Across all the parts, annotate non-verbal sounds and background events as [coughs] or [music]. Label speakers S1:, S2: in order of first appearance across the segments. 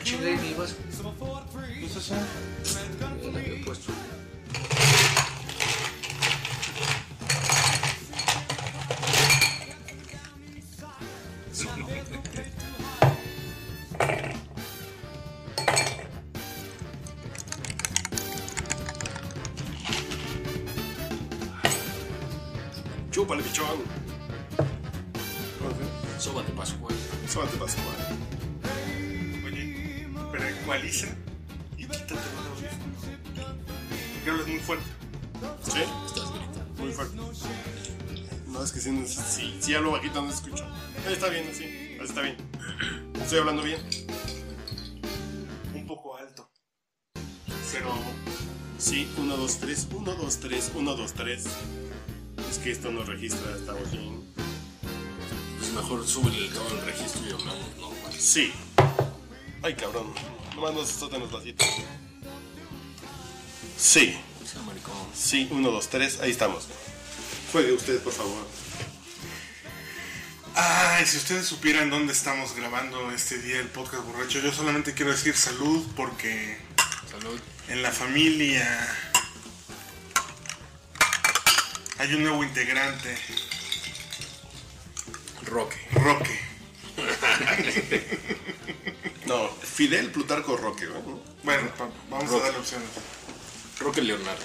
S1: pasa? ¿Qué es eso? Ya la había puesto.
S2: Chúpale, pichón.
S1: Sóbate, Pascual.
S2: Sóbate, Pascual.
S3: Oye, pero ecualiza y quítate los audífonos. Porque hablas muy fuerte.
S2: Sí,
S1: Estás gritando.
S2: muy fuerte. No, es que si, si, si hablo bajito no se escucha. Ahí está bien, así. Así está bien. Estoy hablando bien.
S3: Un poco alto. Pero
S2: Sí, 1, 2, 3, 1, 2, 3, 1, 2, 3. Es que esto no registra, estamos bien.
S1: Pues mejor súbele todo el registro y hablamos normal.
S2: Sí. Ay, cabrón. Nomás nos azotan los vasitos. Sí,
S1: Ese maricón.
S2: sí, 1, 2, 3, ahí estamos. Juegue usted, por favor.
S3: Ay, si ustedes supieran dónde estamos grabando este día el podcast borracho, yo solamente quiero decir salud porque
S1: Salud.
S3: en la familia hay un nuevo integrante,
S1: Roque.
S3: Roque.
S2: No, Fidel Plutarco Roque, ¿no?
S3: Bueno, pa- vamos
S1: Roque.
S3: a darle opciones.
S1: Roque Leonardo.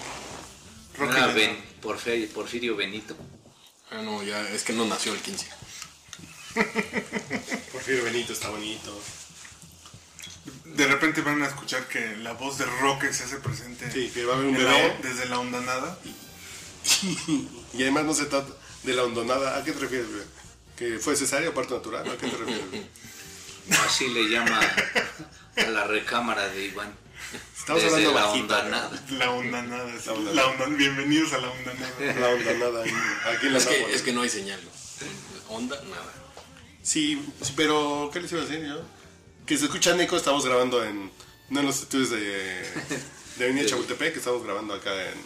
S3: Roque
S4: Ah,
S3: Leonardo.
S4: ben, Porfe- Porfirio Benito.
S1: Ah, no, ya es que no nació el 15.
S2: Porfirio Benito está bonito.
S3: De repente van a escuchar que la voz de Roque se hace presente
S2: Sí, que va a haber un
S3: en la-
S2: bebé.
S3: desde la onda nada.
S2: Y además no se trata de la hondonada. ¿A qué te refieres, güey? ¿Que fue cesárea o parto natural? ¿A qué te refieres,
S1: [laughs]
S2: güey?
S4: o así le llama a la recámara de Iván.
S2: Estamos
S4: Desde
S2: hablando
S4: la
S2: bajito,
S4: onda
S2: ¿no?
S4: nada.
S3: La onda nada. sí.
S2: La onda
S3: La onda- bienvenidos a la onda nada.
S2: La hondonada. ahí, Aquí en la
S1: Es que,
S2: Nápoles.
S1: es que no hay señal. ¿no? Onda, nada.
S2: Sí, sí, pero ¿qué les iba a decir yo? Que se escuchan eco, estamos grabando en. No en los estudios de.
S1: [laughs]
S2: De Avenida Chapultepec, estamos grabando acá en.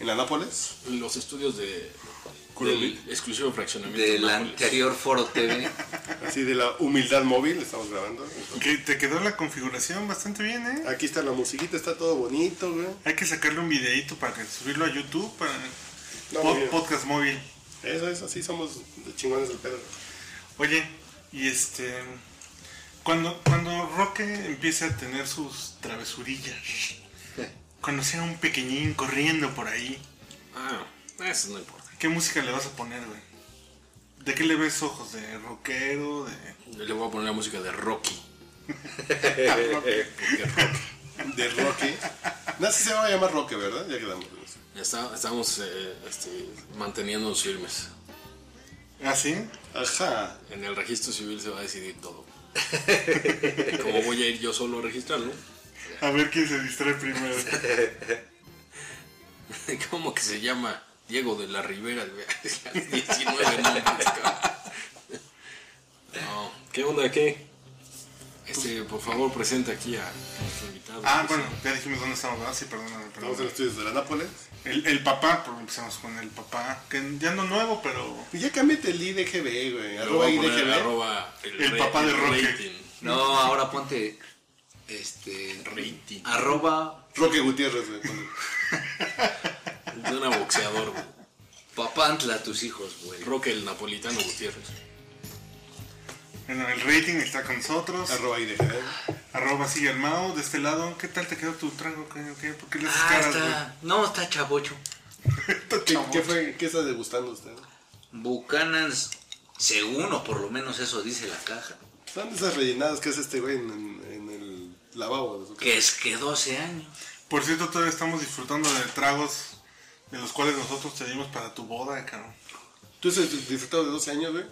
S2: En la Nápoles.
S1: Los estudios de.
S2: Curubi.
S1: Del exclusivo fraccionamiento.
S4: Del
S1: Nápoles.
S4: anterior Foro TV.
S2: Así de la humildad móvil, estamos grabando.
S3: Que te quedó la configuración bastante bien, ¿eh?
S2: Aquí está la musiquita, está todo bonito, güey.
S3: Hay que sacarle un videito para que- subirlo a YouTube, para
S2: No,
S3: pod-
S2: mira.
S3: podcast móvil.
S2: Eso, eso, así somos chingones del pedo.
S3: Oye, y este cuando cuando Roque empiece a tener sus travesurillas, conocer a un pequeñín corriendo por ahí,
S1: Ah, eso no importa.
S3: ¿qué música le vas a poner, güey? ¿De qué le ves ojos? ¿De rockero? ¿De
S1: Yo le voy a poner la música de Rocky.
S2: De Rocky. No sé si se va a llamar Rocky, ¿verdad? Ya quedamos con eso.
S1: Está- estamos eh, este, manteniéndonos firmes.
S3: así?
S2: Ajá.
S1: En el registro civil se va a decidir todo. [laughs] Como voy a ir yo solo a registrarlo, [laughs]
S3: A ver quién se distrae primero.
S1: ¿cómo que se llama Diego de la Rivera? güey? [laughs] 19 nombres, cabrón. No, ¿qué onda? ¿Qué? Este, por favor, presenta aquí a nuestro invitado.
S3: Ah, bueno, ya dijimos dónde estamos, ¿verdad? Sí, perdóname,
S2: Estamos en los
S3: perdóname.
S2: estudios de la Nápoles.
S3: El, el papá, pues empezamos con el papá, que ya no nuevo, pero
S2: Y ya cámbiate el IDGB, güey.
S1: Le voy
S2: Arroba
S1: a poner
S2: IDGB.
S1: arroba
S3: El
S1: re-
S3: papá de
S1: el
S3: Roque.
S1: rating.
S4: No, ahora ponte este
S1: Rating.
S4: arroba
S2: Roque Gutiérrez, güey.
S1: Suena a boxeador, güey.
S4: papantla a tus hijos, güey.
S1: Roque el napolitano Gutiérrez.
S3: bueno, el rating está con nosotros.
S2: Arroba IDGB.
S3: Arroba sigue al Mao, de este lado. ¿Qué tal te quedó tu trago? ¿Qué, qué? por qué le haces
S4: Ah,
S3: caras, güey?
S4: está. No, está chavocho.
S2: ¿Qué, qué fue, ¿Qué está degustando usted?
S4: Bucanans, según o por lo menos eso dice la caja,
S2: Son esas rellenadas que hace este güey en, en- en el lavabo de su casa.
S4: que es que 12 años.
S3: Por cierto, todavía estamos disfrutando de tragos de los cuales nosotros te dimos para tu boda, cabrón.
S2: Tú has disfrutado de 12 años, güey.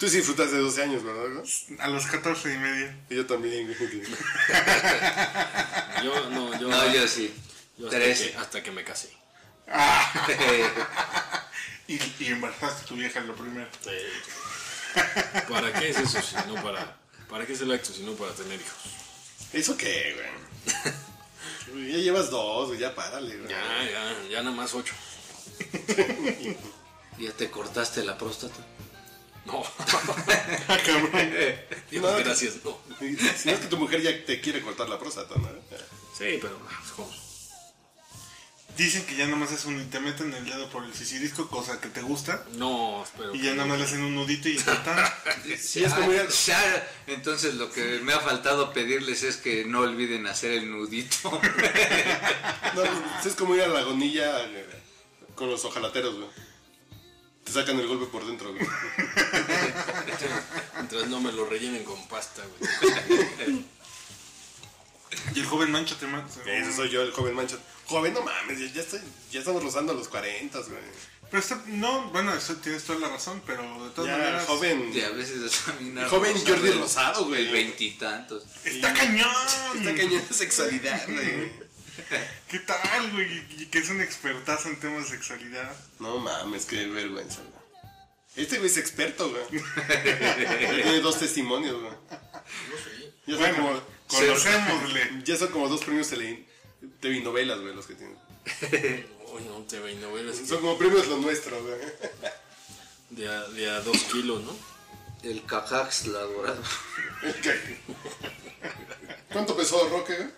S2: Tú sí disfrutaste de 12 años, ¿verdad? güey?
S3: A las 14 y media.
S2: Y yo también, güey. [laughs]
S1: Yo no, yo
S4: No, yo [laughs] sí.
S1: yo hasta, que,
S4: 13.
S1: hasta que me casé.
S3: Y, y embarazaste a tu vieja lo primero.
S1: Eh, ¿Para qué es eso si no para... ¿Para qué es el acto si no para tener hijos?
S2: ¿Eso qué, güey? Uy, Ya llevas dos, güey. Ya párale, güey. [laughs]
S1: Ya, ya, ya nada más ocho.
S4: ¿Ya te cortaste la próstata?
S1: No, [laughs]
S3: Ah, cabrón.
S1: Dios,
S2: No,
S1: gracias, no.
S2: Y Si no es que tu mujer ya te quiere cortar la próstata, ¿no?
S1: Sí, pero ah, pues, ¿cómo?
S3: Dicen que ya nomás es un. Te meten el dedo por el sisirisco, cosa que te gusta.
S1: No, espero.
S3: Y ya nomás le hacen un nudito y ya
S2: [laughs]
S3: está.
S2: Sí, es como ir-
S4: ya. Entonces lo que me ha faltado pedirles es que no olviden hacer
S1: [laughs]
S4: el nudito.
S2: No, pues, es como ir a la gonilla eh, con los ojalateros, güey. Te sacan el golpe por dentro, güey.
S1: Mientras no me lo rellenen con pasta, güey.
S3: Y el joven mancha te mata.
S2: Ese soy yo, el joven mancha. Joven, no mames, ya, ya estoy, ya estamos rozando los 40, güey.
S3: Pero está, no, bueno, eso tienes toda la razón, pero de todas
S2: Ya,
S3: maneras.
S2: joven.
S4: Y a veces hasta a mí nada
S2: Joven
S4: más
S2: Jordi
S4: sabe
S2: Rosado, güey.
S4: El veintitantos.
S3: ¡Está cañón!
S2: Está cañón de sexualidad, güey.
S3: ¿Qué tal, güey? Y que es un expertazo en temas de sexualidad.
S2: No mames, qué vergüenza, güey. Este güey es experto, güey. Tiene dos testimonios, güey. Ya son,
S3: Bueno,
S2: como,
S3: conocémosle.
S2: ya son como dos premios tele, telenovelas, güey, los que tienen.
S1: Oye, no te veis novelas
S2: Son como premios lo nuestro, güey.
S1: de a, de a dos kilos, ¿no?
S4: El Cajaxla dorado.
S2: ¿Cuánto pesó Roque? güey?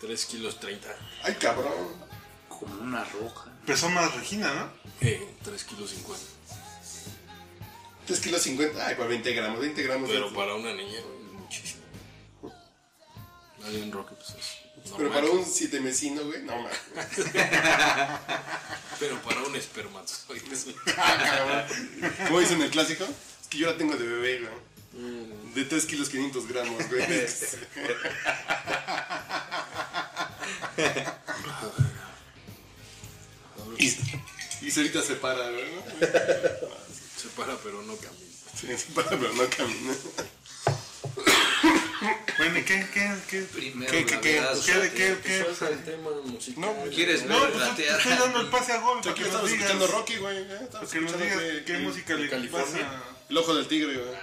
S1: Tres kilos treinta.
S2: Ay, cabrón.
S4: Como una roja.
S3: Pesó más Regina, ¿no?
S1: Eh, tres kilos cincuenta.
S2: 3 kilos 50. Ay, para 20 gramos, 20 gramos.
S1: Pero
S2: de-
S1: para una niña, güey, es muchísimo. Nadie en Roque, pues es.
S2: pero
S1: normal.
S2: para un siete mesino, güey, no mames.
S1: Pero para un espermatozoide. es un-
S2: ¿Cómo dicen el clásico? Es que yo la tengo de bebé, güey. De 3 kilos 500 gramos, güey. y, y ahorita se para, güey. ¿no?
S1: Se para, pero no camina.
S2: Sí, se para, pero no camina.
S3: Bueno, ¿y qué, qué, qué?
S4: Primero
S3: ¿Qué, qué,
S4: la
S3: qué?
S4: verdad,
S3: ¿Qué,
S4: suerte.
S3: qué, qué?
S1: Suelta el tema musical.
S2: No, pues,
S4: ¿Quieres
S3: No,
S4: ver
S3: pues
S4: la
S3: te estoy dando el pase a gol para
S2: Aquí
S3: que nos
S2: estamos
S3: digas.
S2: escuchando Rocky, güey. ¿eh? Estamos
S3: Que nos
S2: escuchando,
S3: digas
S2: güey,
S3: qué
S2: el-
S3: música le
S1: California.
S3: pasa.
S2: El ojo del tigre, güey.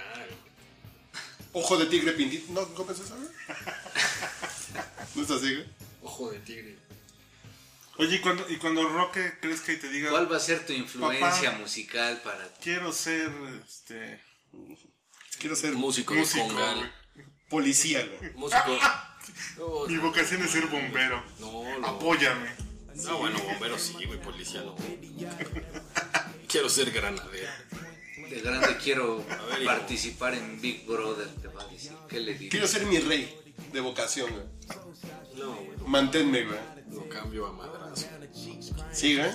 S2: Ojo de tigre pintito. ¿No comes eso, güey? ¿No es así, güey?
S1: Ojo de tigre.
S3: Oye, ¿y cuando, y cuando Roque crezca y te diga,
S4: ¿Cuál va a ser tu influencia
S3: Papá.
S4: musical para ti?
S3: quiero ser, este...
S2: Quiero ser
S1: Músico, de
S3: Músico,
S1: congal.
S2: policía, güey.
S1: Músico. No,
S3: Mi vocación es ser bombero. Ah,
S1: No, no.
S3: Apóyame.
S1: No, Ah, bueno, bombero sí, güey, policía
S3: [laughs]
S1: no. Quiero ser granadero.
S4: De grande quiero
S1: ver, hijo.
S4: participar en Big Brother, te va a decir. ¿Qué le digo?
S2: Quiero ser mi rey de vocación, güey.
S1: No, güey,
S2: Manténme, güey.
S1: lo cambio a madrazo.
S2: Sí, güey.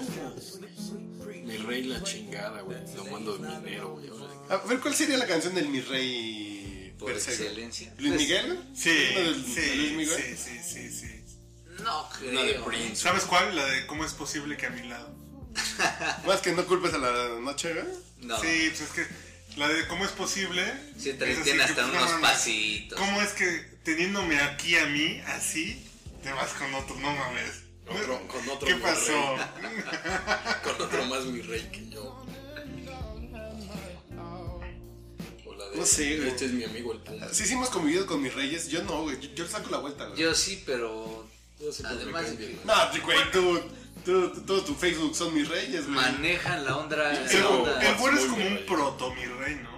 S1: Mi rey la chingada, güey. Lo mando de minero, güey. ahora.
S2: A ver, ¿cuál sería la canción del mi rey
S4: Por
S2: per se, güey?
S4: excelencia. Pues,
S2: ¿Luis Miguel? güey?
S3: Sí,
S2: ¿Una del- de Luis
S3: sí,
S2: Miguel?
S3: sí, sí, sí, sí.
S4: No
S1: Una de
S4: creo.
S1: Prince.
S3: ¿Sabes cuál? La de cómo es posible que a mi lado.
S2: Más que no culpes a la noche, güey.
S4: No.
S3: Sí, pues es que la de cómo es posible.
S4: Sí, trae-
S3: es así
S4: tiene
S3: que,
S4: hasta
S3: pues,
S4: unos
S3: no, no, no.
S4: pasitos.
S3: ¿Cómo es que teniéndome aquí a mí, así, te vas con otro? No mames.
S1: Otro- con otro
S3: ¿Qué
S1: mi
S3: pasó?
S1: Con otro más mi rey que yo. O la de,
S2: No sé, güey.
S1: Este es mi amigo el Puma.
S2: Sí, sí hemos convivido con mis reyes. Yo no, güey. Yo, yo le saco la vuelta, güey.
S4: Yo sí, pero
S1: Yo sé que me
S4: Además
S1: cae
S4: de
S1: bien,
S2: No, güey, tú, tú, tú- todo tu Facebook son mis reyes, güey.
S4: manejan la onda.
S3: El,
S4: La
S1: Pero-
S4: onda.
S3: el güero es
S1: Muy
S3: como un
S1: bien.
S3: proto, mi rey, ¿no?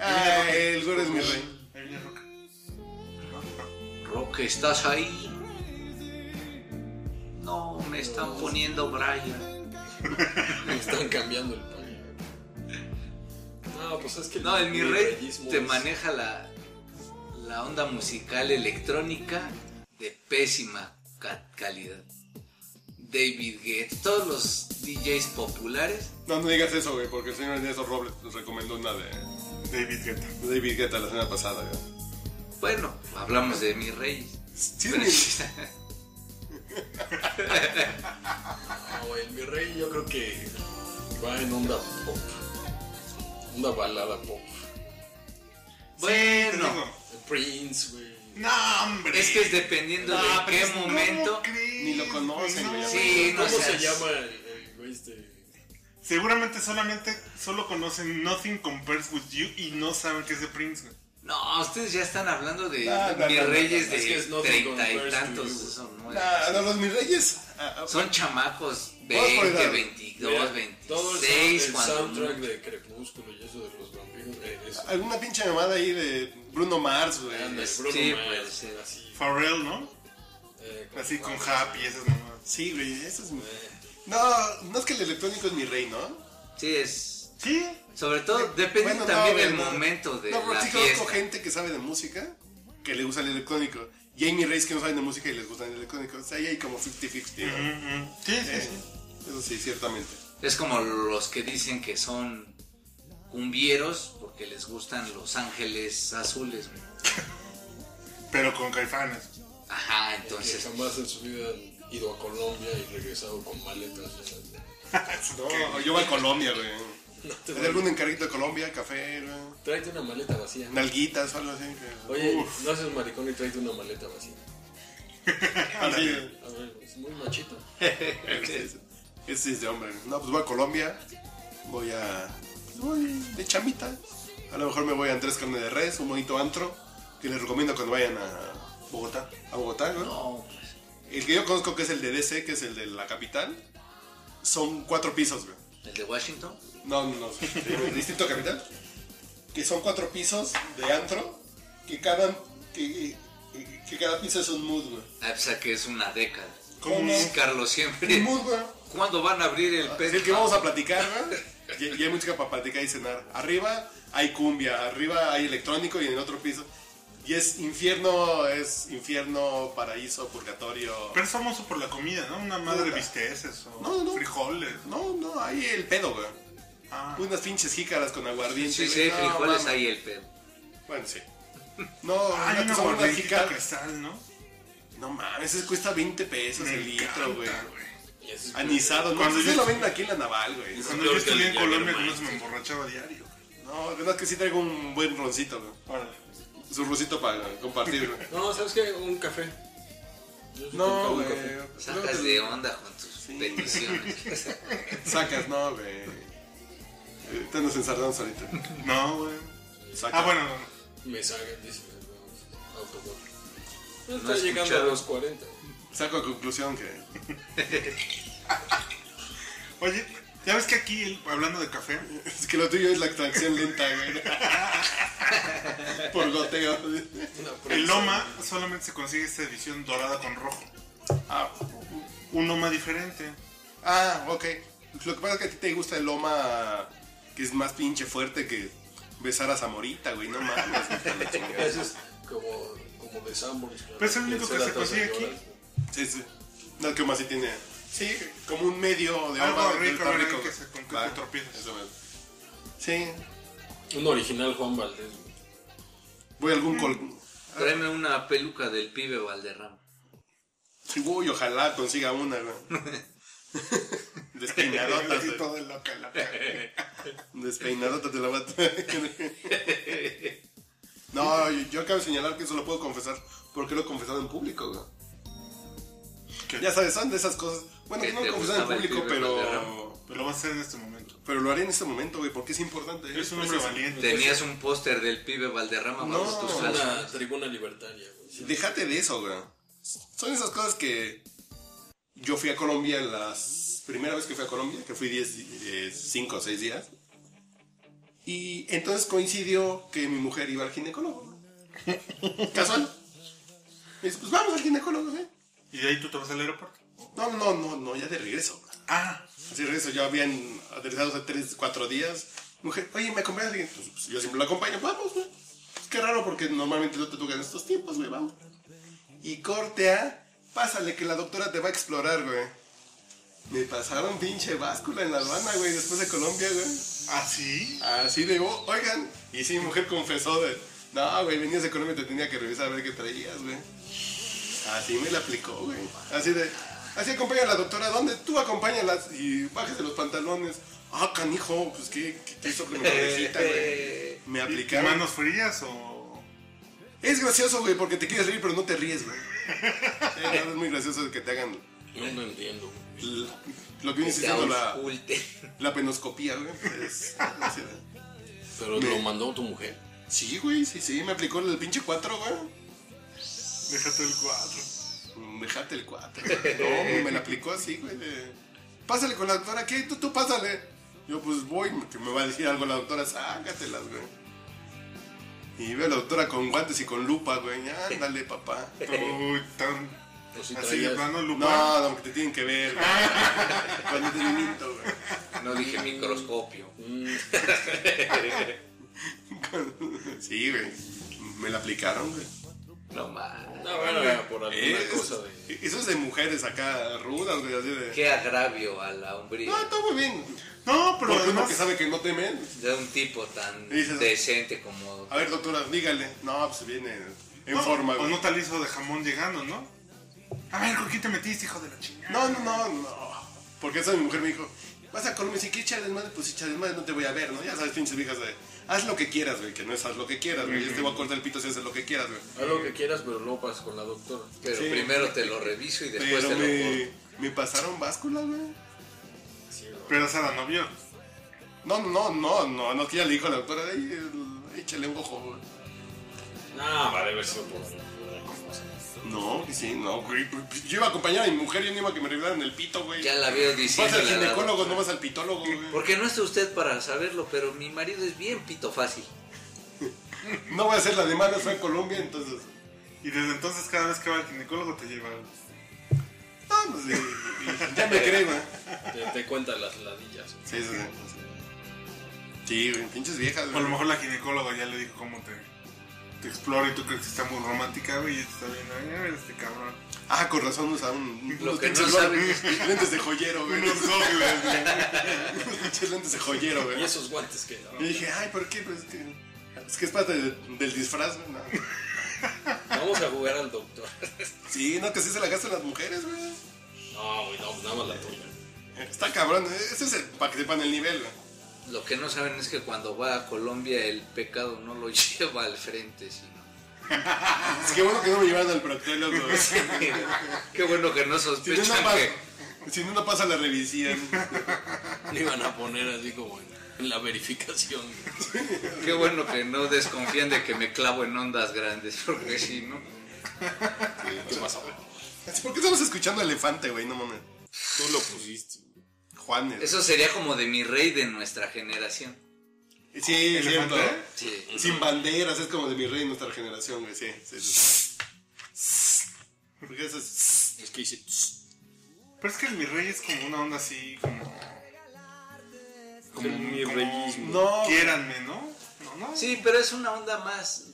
S2: Ah, el güero es mi rey.
S3: Ahí viene Roca.
S4: Roque, ¿estás ahí? No, me están poniendo Brian.
S1: Me [laughs] están cambiando el pañal. No, pues es que.
S4: No, el mi rey
S1: reyismo
S4: te
S1: es-
S4: maneja la, la onda musical electrónica de pésima ca- calidad. David Guetta, todos los DJs populares.
S2: No, no digas eso, güey, porque el señor Ernesto Robles nos recomendó una de
S3: David Guetta.
S2: David Guetta la semana pasada, güey.
S4: Bueno, hablamos de mis reyes.
S2: Sí, es
S4: Pero-
S2: mi-
S1: No, el mi rey yo creo que va en onda pop. Onda balada pop.
S3: Sí, te
S4: [laughs] bueno,
S3: digo.
S1: El Prince, güey.
S3: No, hombre.
S4: es que es dependiendo
S3: No,
S4: de
S3: pero
S4: qué
S3: es- ¿cómo
S4: momento.
S3: crees?
S2: Ni lo conocen,
S3: No.
S2: güey.
S4: Sí, no
S1: ¿Cómo se
S4: seas-
S1: llama el el güey este?
S3: Seguramente solamente solo conocen Nothing Compares With You y no saben que es de Prince. güey.
S4: No, ustedes ya están hablando de
S2: No, no,
S4: mis
S2: no, no,
S4: reyes
S1: no, es que
S4: de
S1: es nothing
S4: treinta y
S1: compares to
S4: tantos.
S1: you.
S4: Eso no es-
S2: Ah, no, los mis reyes. Ah, ah,
S4: Son chamacos
S2: Vamos por
S4: 20,
S2: edad.
S4: 22,
S1: Mira, todo el, sound-
S4: 26,
S1: el
S4: cuando Ah,
S1: soundtrack de Crepúsculo y eso de los vampiros. eh, eso.
S2: Alguna pinche mamada ahí de Bruno Mars, güey.
S1: Anda, el
S4: sí,
S1: Bruno
S4: puede
S1: Mars,
S4: ser.
S1: así,
S3: Farrell, ¿no?
S1: eh, con-
S3: Así con Happy, esas mamadas.
S2: Sí, güey, eso es mi...
S1: Eh,
S2: No, no es que el electrónico es mi rey, ¿no?
S4: Sí, es.
S3: Sí,
S4: Sobre todo depende
S2: Bueno, no,
S4: también
S2: güey,
S4: del
S2: no.
S4: momento de
S2: No, pero
S4: la
S2: sí
S4: fiesta.
S2: conozco gente que sabe de música que le gusta el electrónico. Y hay mis reyes que no saben de música y les gusta el electrónico. O sea, ahí hay como 50-50, ¿no?
S3: Mm, mm. sí, sí,
S2: Eh,
S3: sí.
S2: Eso sí, ciertamente.
S4: Es como los que dicen que son cumbieros porque les gustan los ángeles azules. güey.
S3: Pero con caifanes.
S4: Ajá,
S1: que
S4: entonces.
S1: jamás en su vida han ido a Colombia y regresado con maletas. ya sabes.
S2: No, yo voy a Colombia, güey. ¿Hay algún encarguito de Colombia? Café, güey.
S1: Tráete una maleta vacía.
S2: Nalguitas o algo así. que-
S1: Oye, [laughs] no haces maricón y tráete una maleta vacía.
S2: Ándale.
S1: A ver, es muy machito.
S2: Ese es- ese es de hombre. No, pues voy a Colombia. Voy a. pues voy de chamita. A lo mejor me voy a Andrés Carne de Res, un bonito antro. Que les recomiendo cuando vayan a Bogotá. A Bogotá, ¿no?
S4: No, pues.
S2: El que yo conozco que es el de DC, que es el de la capital. Son cuatro pisos, güey.
S4: ¿El de Washington?
S2: No, no, no. El distrito capital. Que son cuatro pisos de antro. Que cada. Que, que- que cada piso es un mood, güey.
S4: Ah, pues, a que es una década.
S2: ¿Cómo?
S4: Pues, Carlos siempre.
S2: Un mood, güey.
S4: ¿Cuándo van a abrir el
S2: Es
S4: pez?
S2: el que vamos a platicar, ¿verdad? Y, y hay música para platicar y cenar. Arriba hay cumbia, arriba hay electrónico y en el otro piso. Y es infierno, es infierno, paraíso, purgatorio.
S3: Pero es famoso por la comida, ¿no? Una madre
S2: Puta.
S3: bisteces o
S2: No, no.
S3: frijoles.
S2: No, no, hay el pedo, güey.
S3: Ah,
S2: Unas pinches jícaras con aguardiente.
S4: Sí, sí,
S2: güey.
S4: hay
S2: No,
S4: frijoles
S2: mames.
S4: ahí el pedo.
S2: Bueno, sí.
S3: [laughs]
S2: No,
S3: Ah,
S2: no,
S3: hay una
S2: son unas
S3: gordita
S2: jícaras.
S3: cristal, ¿no?
S2: No mames, eso cuesta 20 pesos
S3: Me
S2: Pues el litro,
S3: encanta,
S2: güey.
S1: Y eso es-
S2: Anisado, no,
S3: Cuando
S2: ustedes
S3: yo-
S2: lo venden aquí en la Naval, güey.
S3: Cuando
S1: peor
S3: yo
S1: que el
S3: estudié en
S1: Jagger
S3: Colombia,
S1: Mike,
S3: no se me
S1: sí.
S3: emborrachaba diario.
S2: No, la verdad es que sí traigo un buen roncito, güey.
S3: Órale.
S2: Su roncito para compartir, güey.
S1: No, ¿sabes qué? Un café. Yo sí
S2: No,
S1: compro un
S2: güey.
S1: café.
S4: Sacas de onda con tus
S2: [laughs]
S4: peticiones.
S2: Sacas, no, güey. Ahorita nos ensardamos ahorita.
S3: No, güey.
S2: Sacas.
S3: Ah, bueno, no, no.
S1: Me sacan, dicen. no, autogol. No
S4: No
S1: está
S4: he
S1: llegando a
S4: escuchado.
S1: los 40.
S2: Saco a conclusión que.
S3: Oye, ya ves que aquí, el- hablando de café,
S2: Es que lo tuyo es la extracción lenta, güey. Por goteo.
S1: Una
S3: [laughs] el
S1: prensa.
S3: Loma solamente se consigue esta edición dorada con rojo.
S2: Ah,
S3: Un Loma diferente.
S2: ah, ok. Lo que pasa es que a ti te gusta el loma que es más pinche fuerte que besar a Zamorita, güey. No mames. [laughs] hasta la chingada.
S1: Eso es como, como de Sanborns. claro,
S3: Pero Pues es el único
S1: se
S3: que
S1: la
S3: se
S1: taza
S3: consigue
S1: de
S3: aquí.
S1: horas.
S2: Sí, sí. No, que más sí tiene. Sí, como un medio de
S3: Algo
S2: horma,
S3: rico,
S2: está
S3: ¿verdad? Que se- con que
S2: Va,
S3: te tropiezas.
S2: eso, güey. Sí.
S1: Un original Juan Valdés. güey.
S2: Voy a algún col.
S4: Tráeme una peluca del pibe Valderrama.
S2: Sí, uy, ojalá consiga una,
S3: [laughs]
S2: güey. Despeinadota,
S3: Así
S2: güey.
S3: todo el loca, la cara.
S2: Despeinadota te la va a traer. No, yo, yo acabo de señalar que eso lo puedo confesar porque lo he confesado en público, güey.
S3: ¿Qué?
S2: Ya sabes, son de esas cosas. Bueno,
S4: ¿Qué
S2: que no lo he
S4: te
S2: confesado en
S4: gustaba el
S2: público,
S4: pibe Valderrama?
S2: pero.
S3: Pero lo vas a hacer en este momento.
S2: Pero lo haré en este momento, güey, porque es importante.
S3: Eres un hombre
S2: Pues,
S3: valiente.
S4: Tenías un póster del pibe Valderrama
S2: No,
S4: bajo tus
S1: Es
S3: Ah,
S2: no,
S4: calzones.
S1: una tribuna libertaria. güey. Sí.
S2: Déjate de eso, güey. Son esas cosas que yo fui a Colombia las primera vez que fui a Colombia, que fui 5 o 6 días. Y entonces coincidió que mi mujer iba al ginecólogo. Casual. Me dice, pues vamos al ginecólogo, ¿eh?
S3: Y de ahí tú te vas al aeropuerto.
S2: No, no, no, no, ya de regreso. güey.
S3: Ah,
S2: Así de regreso, ya habían aterrizado hace 3, 4 días. Mujer, oye, ¿me acompañas? Y, pues, pues, yo siempre la acompaño, vamos, güey. Es que raro porque normalmente no te tocan estos tiempos, güey, vamos. Y corte a, pásale que la doctora te va a explorar, güey. Me pasaron pinche báscula en la aduana, güey, después de Colombia, güey.
S3: ¿ah, sí?
S2: Así de, "Oh, oigan. Y sí, mi mujer confesó de, no, güey, venías de Colombia y te tenía que revisar a ver qué traías, güey. Así me la aplicó, güey. Así de, así acompaña a la doctora, ¿dónde? Tú acompáñalas y bájese los pantalones. Ah, canijo, pues qué, qué, qué hizo con mi cabecita, güey. Me aplicaron.
S3: ¿Manos frías o...?
S2: Es gracioso, güey, porque te quieres reír, pero no te ríes, güey. Sí, la verdad es muy gracioso que te hagan
S1: No lo entiendo. güey.
S2: l- lo que viene
S4: Te
S2: siendo la,
S4: ausculte.
S2: la penoscopía, güey. pues, así de-
S1: Pero
S2: Me-
S1: lo mandó tu mujer.
S2: Sí, güey, sí, sí, me aplicó el pinche 4, güey.
S3: Déjate el cuadro.
S2: Mm, Dejate el 4. No, me la aplicó así, güey. de- pásale con la doctora, ¿qué? Tú, tú pásale. Yo, pues voy, que me va a decir algo la doctora, sácatelas, güey. Y veo a la doctora con guantes y con lupa, güey. Ándale, papá.
S3: Uy, tan.
S1: O si
S3: Así de
S1: traías-
S3: plano, lupa.
S2: No, no, que te tienen que ver, güey. Cuando te minito, güey. [laughs]
S4: No dije microscopio.
S2: Sí, güey. Me la aplicaron, güey.
S4: No mames.
S1: No, bueno, era por alguna
S2: Es-
S1: cosa de.
S2: Eso es de mujeres acá rudas, güey, así de.
S4: Qué agravio a la hombría
S2: No, está muy bien.
S3: No, pero
S2: Pero uno que
S3: además.
S2: sabe que no temen.
S4: de un tipo tan
S2: Dices-
S4: decente como
S2: A ver, doctora, dígale. No, pues viene en
S3: no,
S2: forma,
S3: O
S2: güey.
S3: no tal hizo de jamón llegando, ¿no? A ver, ¿con quién te metiste, hijo de la chingada?
S2: No, no, no, no. Porque esa mi mujer me dijo, vas a Colombia, si quieres echar desmadre, pues echar desmadre, no te voy a ver, ¿no? Ya sabes, pinches viejas de, haz lo que quieras, güey, que no es haz lo que quieras, güey. Yo te voy a cortar el pito si haces lo que quieras, güey.
S1: Haz lo que quieras, pero no pasas con la doctora.
S4: Pero
S2: Sí.
S4: primero te lo reviso y después
S2: Pero
S4: te lo corto.
S2: me, me pasaron básculas, güey.
S3: Pero esa la novio.
S2: No, no, no, no, no, que ya le dijo a la doctora, "Ay, el- échale un ojo, güey.
S1: No, va a haber sido por alguna cosa.
S2: No, que sí, no, güey. pues, Yo iba a acompañar a mi mujer, yo no iba a que me revelaran el pito, güey.
S4: Ya la veo
S2: Vas
S4: diciendo.
S2: al ginecólogo, no vas al pitólogo, güey.
S4: Porque no está usted para saberlo, pero mi marido es bien pito fácil.
S2: No voy a hacer la demanda, soy en Colombia, entonces.
S3: Y desde entonces, cada vez que va al ginecólogo, te lleva.
S2: Ah, pues sí, ya me ¿eh? creen, güey.
S1: Te, te cuenta las ladillas.
S2: Sí, sí, sí. Sí, güey, pinches viejas,
S3: O a
S2: güey.
S3: lo mejor la ginecóloga ya le dijo cómo te, te explora y tú crees que está muy romántica, güey, y te está viendo, ay, a ver este cabrón.
S2: Ah, con razón usaban un-
S4: Lo
S2: unos
S4: que no
S2: pinches
S4: saben es-
S2: lentes- [laughs] lentes de joyero, güey.
S3: Unos goggles, güey.
S2: Unos pinches lentes de joyero,
S1: Y
S2: güey.
S1: esos guantes que. [laughs]
S2: Y dije, ay, ¿por qué? Pues es que es, que es parte de- del disfraz, güey. no.
S1: Vamos a jugar al doctor.
S2: Sí, no, que sí se la gastan las mujeres, güey.
S1: No, güey, no, pues nada más la tuya.
S2: Está cabrón, ¿eh? ese es el, para que sepan el nivel, güey.
S4: Lo que no saben es que cuando va a Colombia el pecado no lo [laughs] lleva al frente, sino.
S2: Es que bueno que no me llevaron al proctólogo, güey.
S4: Qué bueno que no
S2: Si no, no
S4: sospechan
S2: pasa,
S4: que.
S2: si no, no pasa la revisión.
S1: Le iban a poner así como en, en la verificación. güey.
S4: Qué bueno que no desconfían de que me clavo en ondas grandes, [laughs] porque si no.
S1: ¿Qué pasa, güey?
S2: ¿Por qué estamos escuchando elefante, güey? No mames.
S1: Tú lo pusiste. güey.
S2: Juanes.
S4: Eso sería como de mi rey de nuestra generación.
S2: Sí, es cierto.
S3: ¿Elefante?
S2: ¿eh?
S4: Sí.
S2: Sin banderas, es como de mi rey nuestra generación, güey, sí. sí, sí. Porque eso es...
S1: Es que hice.
S3: Pero es que el mi rey es como una onda así, como.
S1: Como mi
S3: como-
S1: reyismo.
S2: No,
S3: Quiéranme, ¿no? No, no.
S4: Sí, pero es una onda más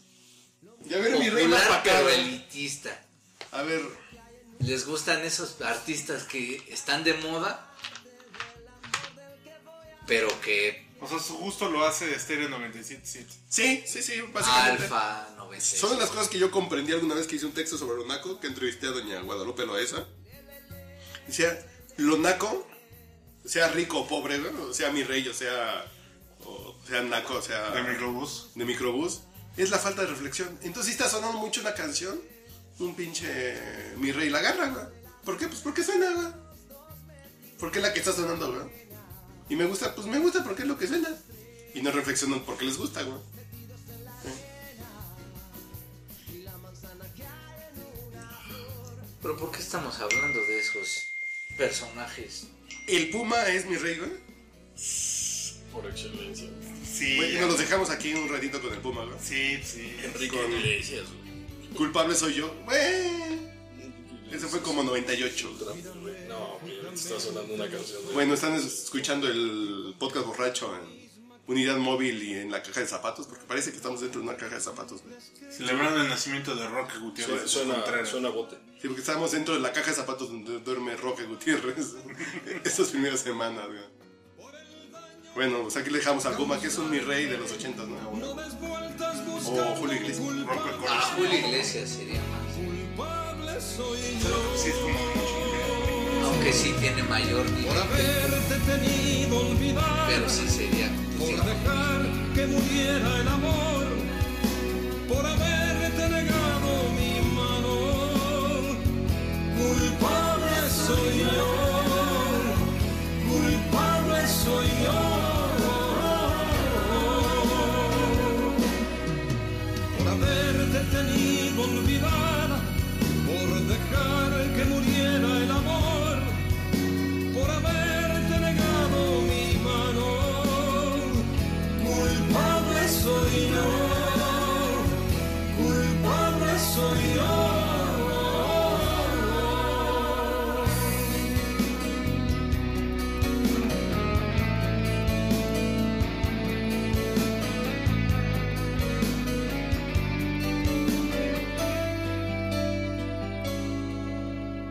S2: ya ver mi rey más
S4: popular,
S2: para acá,
S4: pero
S2: güey.
S4: elitista.
S2: A ver,
S4: Les gustan esos artistas que están de moda, pero que
S3: O sea, su gusto lo hace Stereo 977.
S2: sí, sí, sí, básicamente.
S4: Alfa
S2: Son de
S4: 96.
S2: las cosas que yo comprendí alguna vez que hice un texto sobre lo naco, que entrevisté a doña Guadalupe Loesa. Decía, lo naco, sea rico o pobre, güey, o sea mi rey, o sea, o sea naco, o sea...
S3: De microbús.
S2: de microbús es la falta de reflexión. Entonces, si está sonando mucho una canción, un pinche eh, Mi Rey la agarra, güey. ¿Por qué? Pues porque suena, güey. Porque es la que está sonando, güey. Y me gusta, pues me gusta porque es lo que suena. Y no reflexionan porque les gusta, güey.
S4: Pero ¿por qué estamos hablando de esos personajes?
S2: El Puma es mi rey, güey.
S1: Por excelencia. güey.
S3: Sí.
S2: Güey, nos los dejamos aquí un ratito con el Puma, güey.
S3: Sí, sí.
S1: Enrique
S2: Con-
S1: Iglesias, güey.
S2: Culpable soy yo, güey. Ese fue como 98. güey.
S1: No, güey, ahorita está sonando una canción. güey.
S2: Bueno, están escuchando el podcast borracho en unidad móvil y en la caja de zapatos, porque parece que estamos dentro de una caja de zapatos, güey.
S3: Celebrando el nacimiento de Roque Gutiérrez.
S1: Su-
S3: de
S1: Suena,
S3: Contreras.
S1: suena bote.
S2: Sí, porque estábamos dentro de la caja de zapatos donde duerme Roque Gutiérrez [laughs] estas primeras semanas, güey. Bueno, pues aquí le dejamos al Goma, que es un mi rey de los 80, ¿no? O Julio Iglesias.
S3: Roque Corazón.
S4: Ah, Julio Iglesias sería más.
S3: Sí, es como mucho.
S4: Aunque sí tiene mayor nivel,
S5: haberte tenido olvidado
S4: pero sí sería.
S5: por
S4: digamos,
S5: dejar que muriera el amor, por haberte negado mi mano, culpable soy yo, culpable soy yo. Por haberte tenido olvidada, por dejar que muriera el amor por haber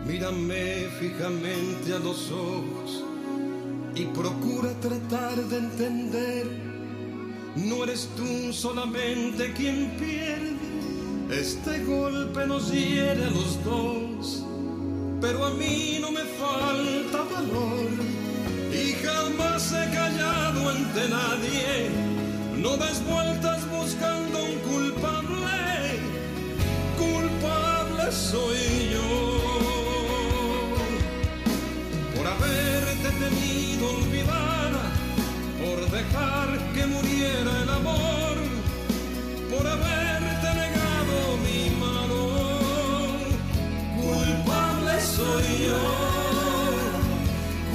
S5: Mírame fijamente a los ojos y procura tratar de entender. No eres tú solamente quien pierde. Este golpe nos hiere a los dos, pero a mí no me falta valor y jamás he callado ante nadie. No des vueltas buscando un culpable, culpable soy yo por haberte tenido olvidada, por dejar que muriera el amor, por haberte negado mi mano. Culpable soy yo,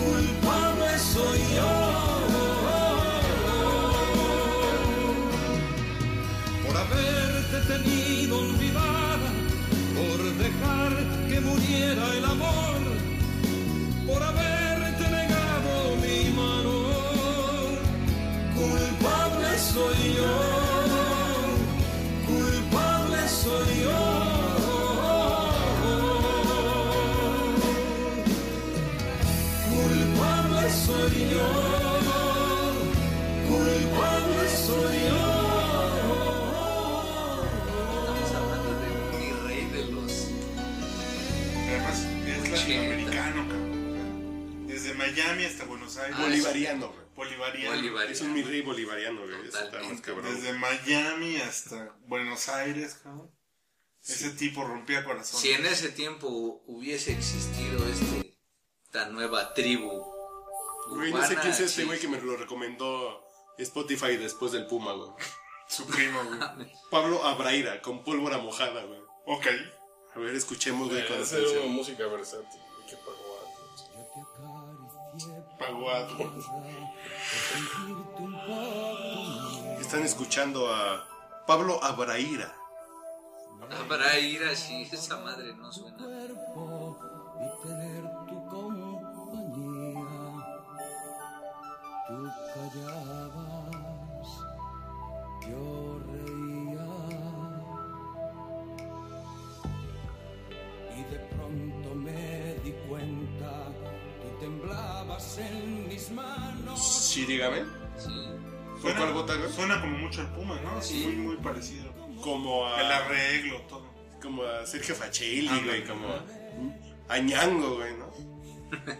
S5: culpable soy yo. Por haberte tenido olvidada, por dejar que muriera el amor por haberte negado mi mano. Culpable soy yo, culpable soy yo. Culpable soy yo, culpable soy yo.
S4: Estamos hablando de mi rey de los.
S3: Además, es latinoamericano, cabrón. Desde Miami hasta Buenos Aires.
S2: Ah, Bolivariano, güey.
S3: Bolivariano.
S4: Bolivariano.
S2: Es un mi rey bolivariano, güey. Eso está más
S4: Totalmente.
S2: cabrón.
S3: Desde Miami hasta Buenos Aires, cabrón. Ese tipo rompía corazones.
S4: Si en ese tiempo hubiese existido este tan nueva tribu.
S2: Güey, no sé
S4: urbana,
S2: quién es este
S4: sí.
S2: güey que me lo recomendó Spotify después del Puma, güey.
S3: Su primo, güey.
S2: Pablo Abraira, con pólvora mojada, güey.
S3: ok.
S2: A ver, escuchemos, güey, con
S1: Debe ser una
S2: atención.
S1: música versátil. Que pagó a-
S3: Paguado.
S2: Están escuchando a Pablo Abraira.
S4: Habrá ira si esa madre no suena.
S5: y tener tu compañía. Tú callabas, yo reía. Y de pronto me di cuenta, tú temblabas en mis manos.
S2: Sí, dígame.
S4: Sí.
S2: ¿Fue cuál gota, güey?
S3: suena como mucho al Puma, ¿no? Sí.
S4: Sí.
S3: Muy, muy parecido.
S2: Como
S3: El
S2: a,
S3: arreglo, todo.
S2: como a Sergio Facelli,
S3: Ándale.
S2: güey. Ah, Como a, a Ñango, güey, [laughs] ¿no?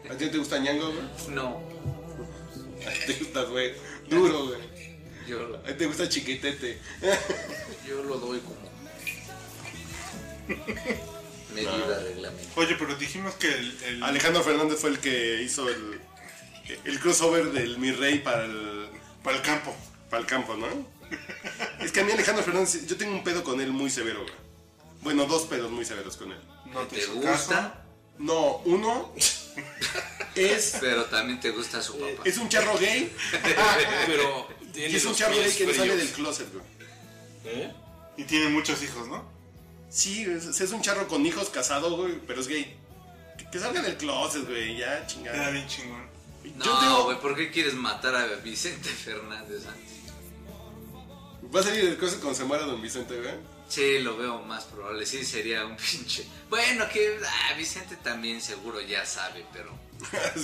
S2: ¿A ti no te gusta Ñango, güey?
S4: No,
S2: A ti te gusta, güey. Duro, güey.
S4: yo,
S2: A ti te gusta chiquitete.
S4: yo lo doy como [laughs] medida reglamento.
S3: Oye, pero dijimos que el. el-
S2: Alejandro Fernández fue el que hizo el, el crossover del Mi Rey para el,
S3: Para el campo.
S2: para el campo, ¿no? es que a mí Alejandro Fernández, yo tengo un pedo con él muy severo, güey. Bueno, dos pedos muy severos con él.
S3: No te,
S4: ¿Te
S3: hizo caso.
S4: gusta?
S2: No, uno es,
S4: Pero también te gusta su papá.
S2: es un charro gay
S1: Ah, Pero
S2: y
S1: tiene
S2: es un
S1: los
S2: charro gay
S1: pies
S2: que no sale
S1: fríos.
S2: del closet, güey.
S1: ¿Eh?
S3: Y tiene muchos hijos, ¿no?
S2: Sí, es, es un charro con hijos casado, güey, pero es gay. Que, que salga del closet, güey, ya,
S3: Era
S2: chingada.
S3: bien chingón.
S2: yo
S4: No,
S2: tengo-
S4: güey, ¿por qué quieres matar a Vicente Fernández antes?
S2: Va a salir del closet cuando se muera don Vicente, güey. [laughs]
S4: Sí, lo veo más probable. Sí, sería un [laughs] pinche. Bueno, que ah, Vicente también seguro ya sabe, pero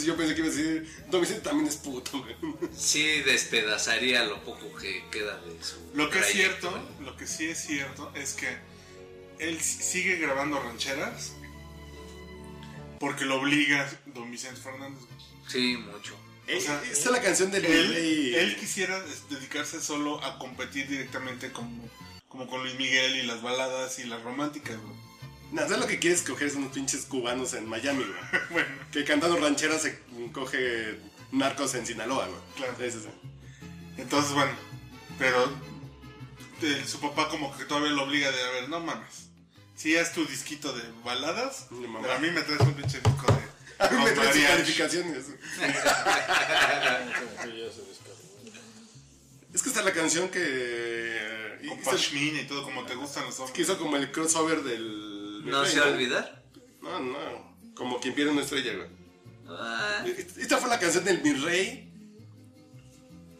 S2: yo pensé que iba a decir, don Vicente también es puto, güey.
S4: sí despedazaría lo poco que queda de su.
S3: Lo que es
S4: trayecto,
S3: cierto, lo que sí es cierto es que él s- sigue grabando rancheras porque lo obliga Don Vicente Fernández.
S4: güey. Sí, mucho.
S2: Eh,
S3: sea,
S2: Está la canción del Mi
S3: Él,
S2: Rey.
S3: él quisiera es- dedicarse solo a competir directamente con, como con Luis Miguel y las baladas y las románticas. güey.
S2: Nada, ¿sabes lo que quieres coger son unos pinches cubanos en Miami,
S3: [laughs]
S2: güey?
S3: Bueno,
S2: Que cantando ranchera se coge narcos en Sinaloa, güey.
S3: Claro.
S2: Sí, sí, sí.
S3: entonces bueno, pero eh, su papá como que todavía lo obliga de, a ver, no mames. Si haz tu disquito de baladas,
S2: De mamá.
S3: pero a mí me traes un pinche disco de...
S2: A mí [laughs] Ah, me
S3: con
S2: trae sus
S3: mariachi".
S2: calificaciones.
S1: Como que ya se descargó.
S2: Es que está la canción que.
S3: Con
S2: hizo-
S3: pashmina y todo como te gustan los
S2: Que
S3: hombres.
S2: hizo como el crossover del. Mi
S4: No
S2: Rey,
S4: se va a olvidar.
S2: No, no. Como quien pierde una estrella, güey.
S4: Ah,
S2: Esta fue la canción del Mi Rey.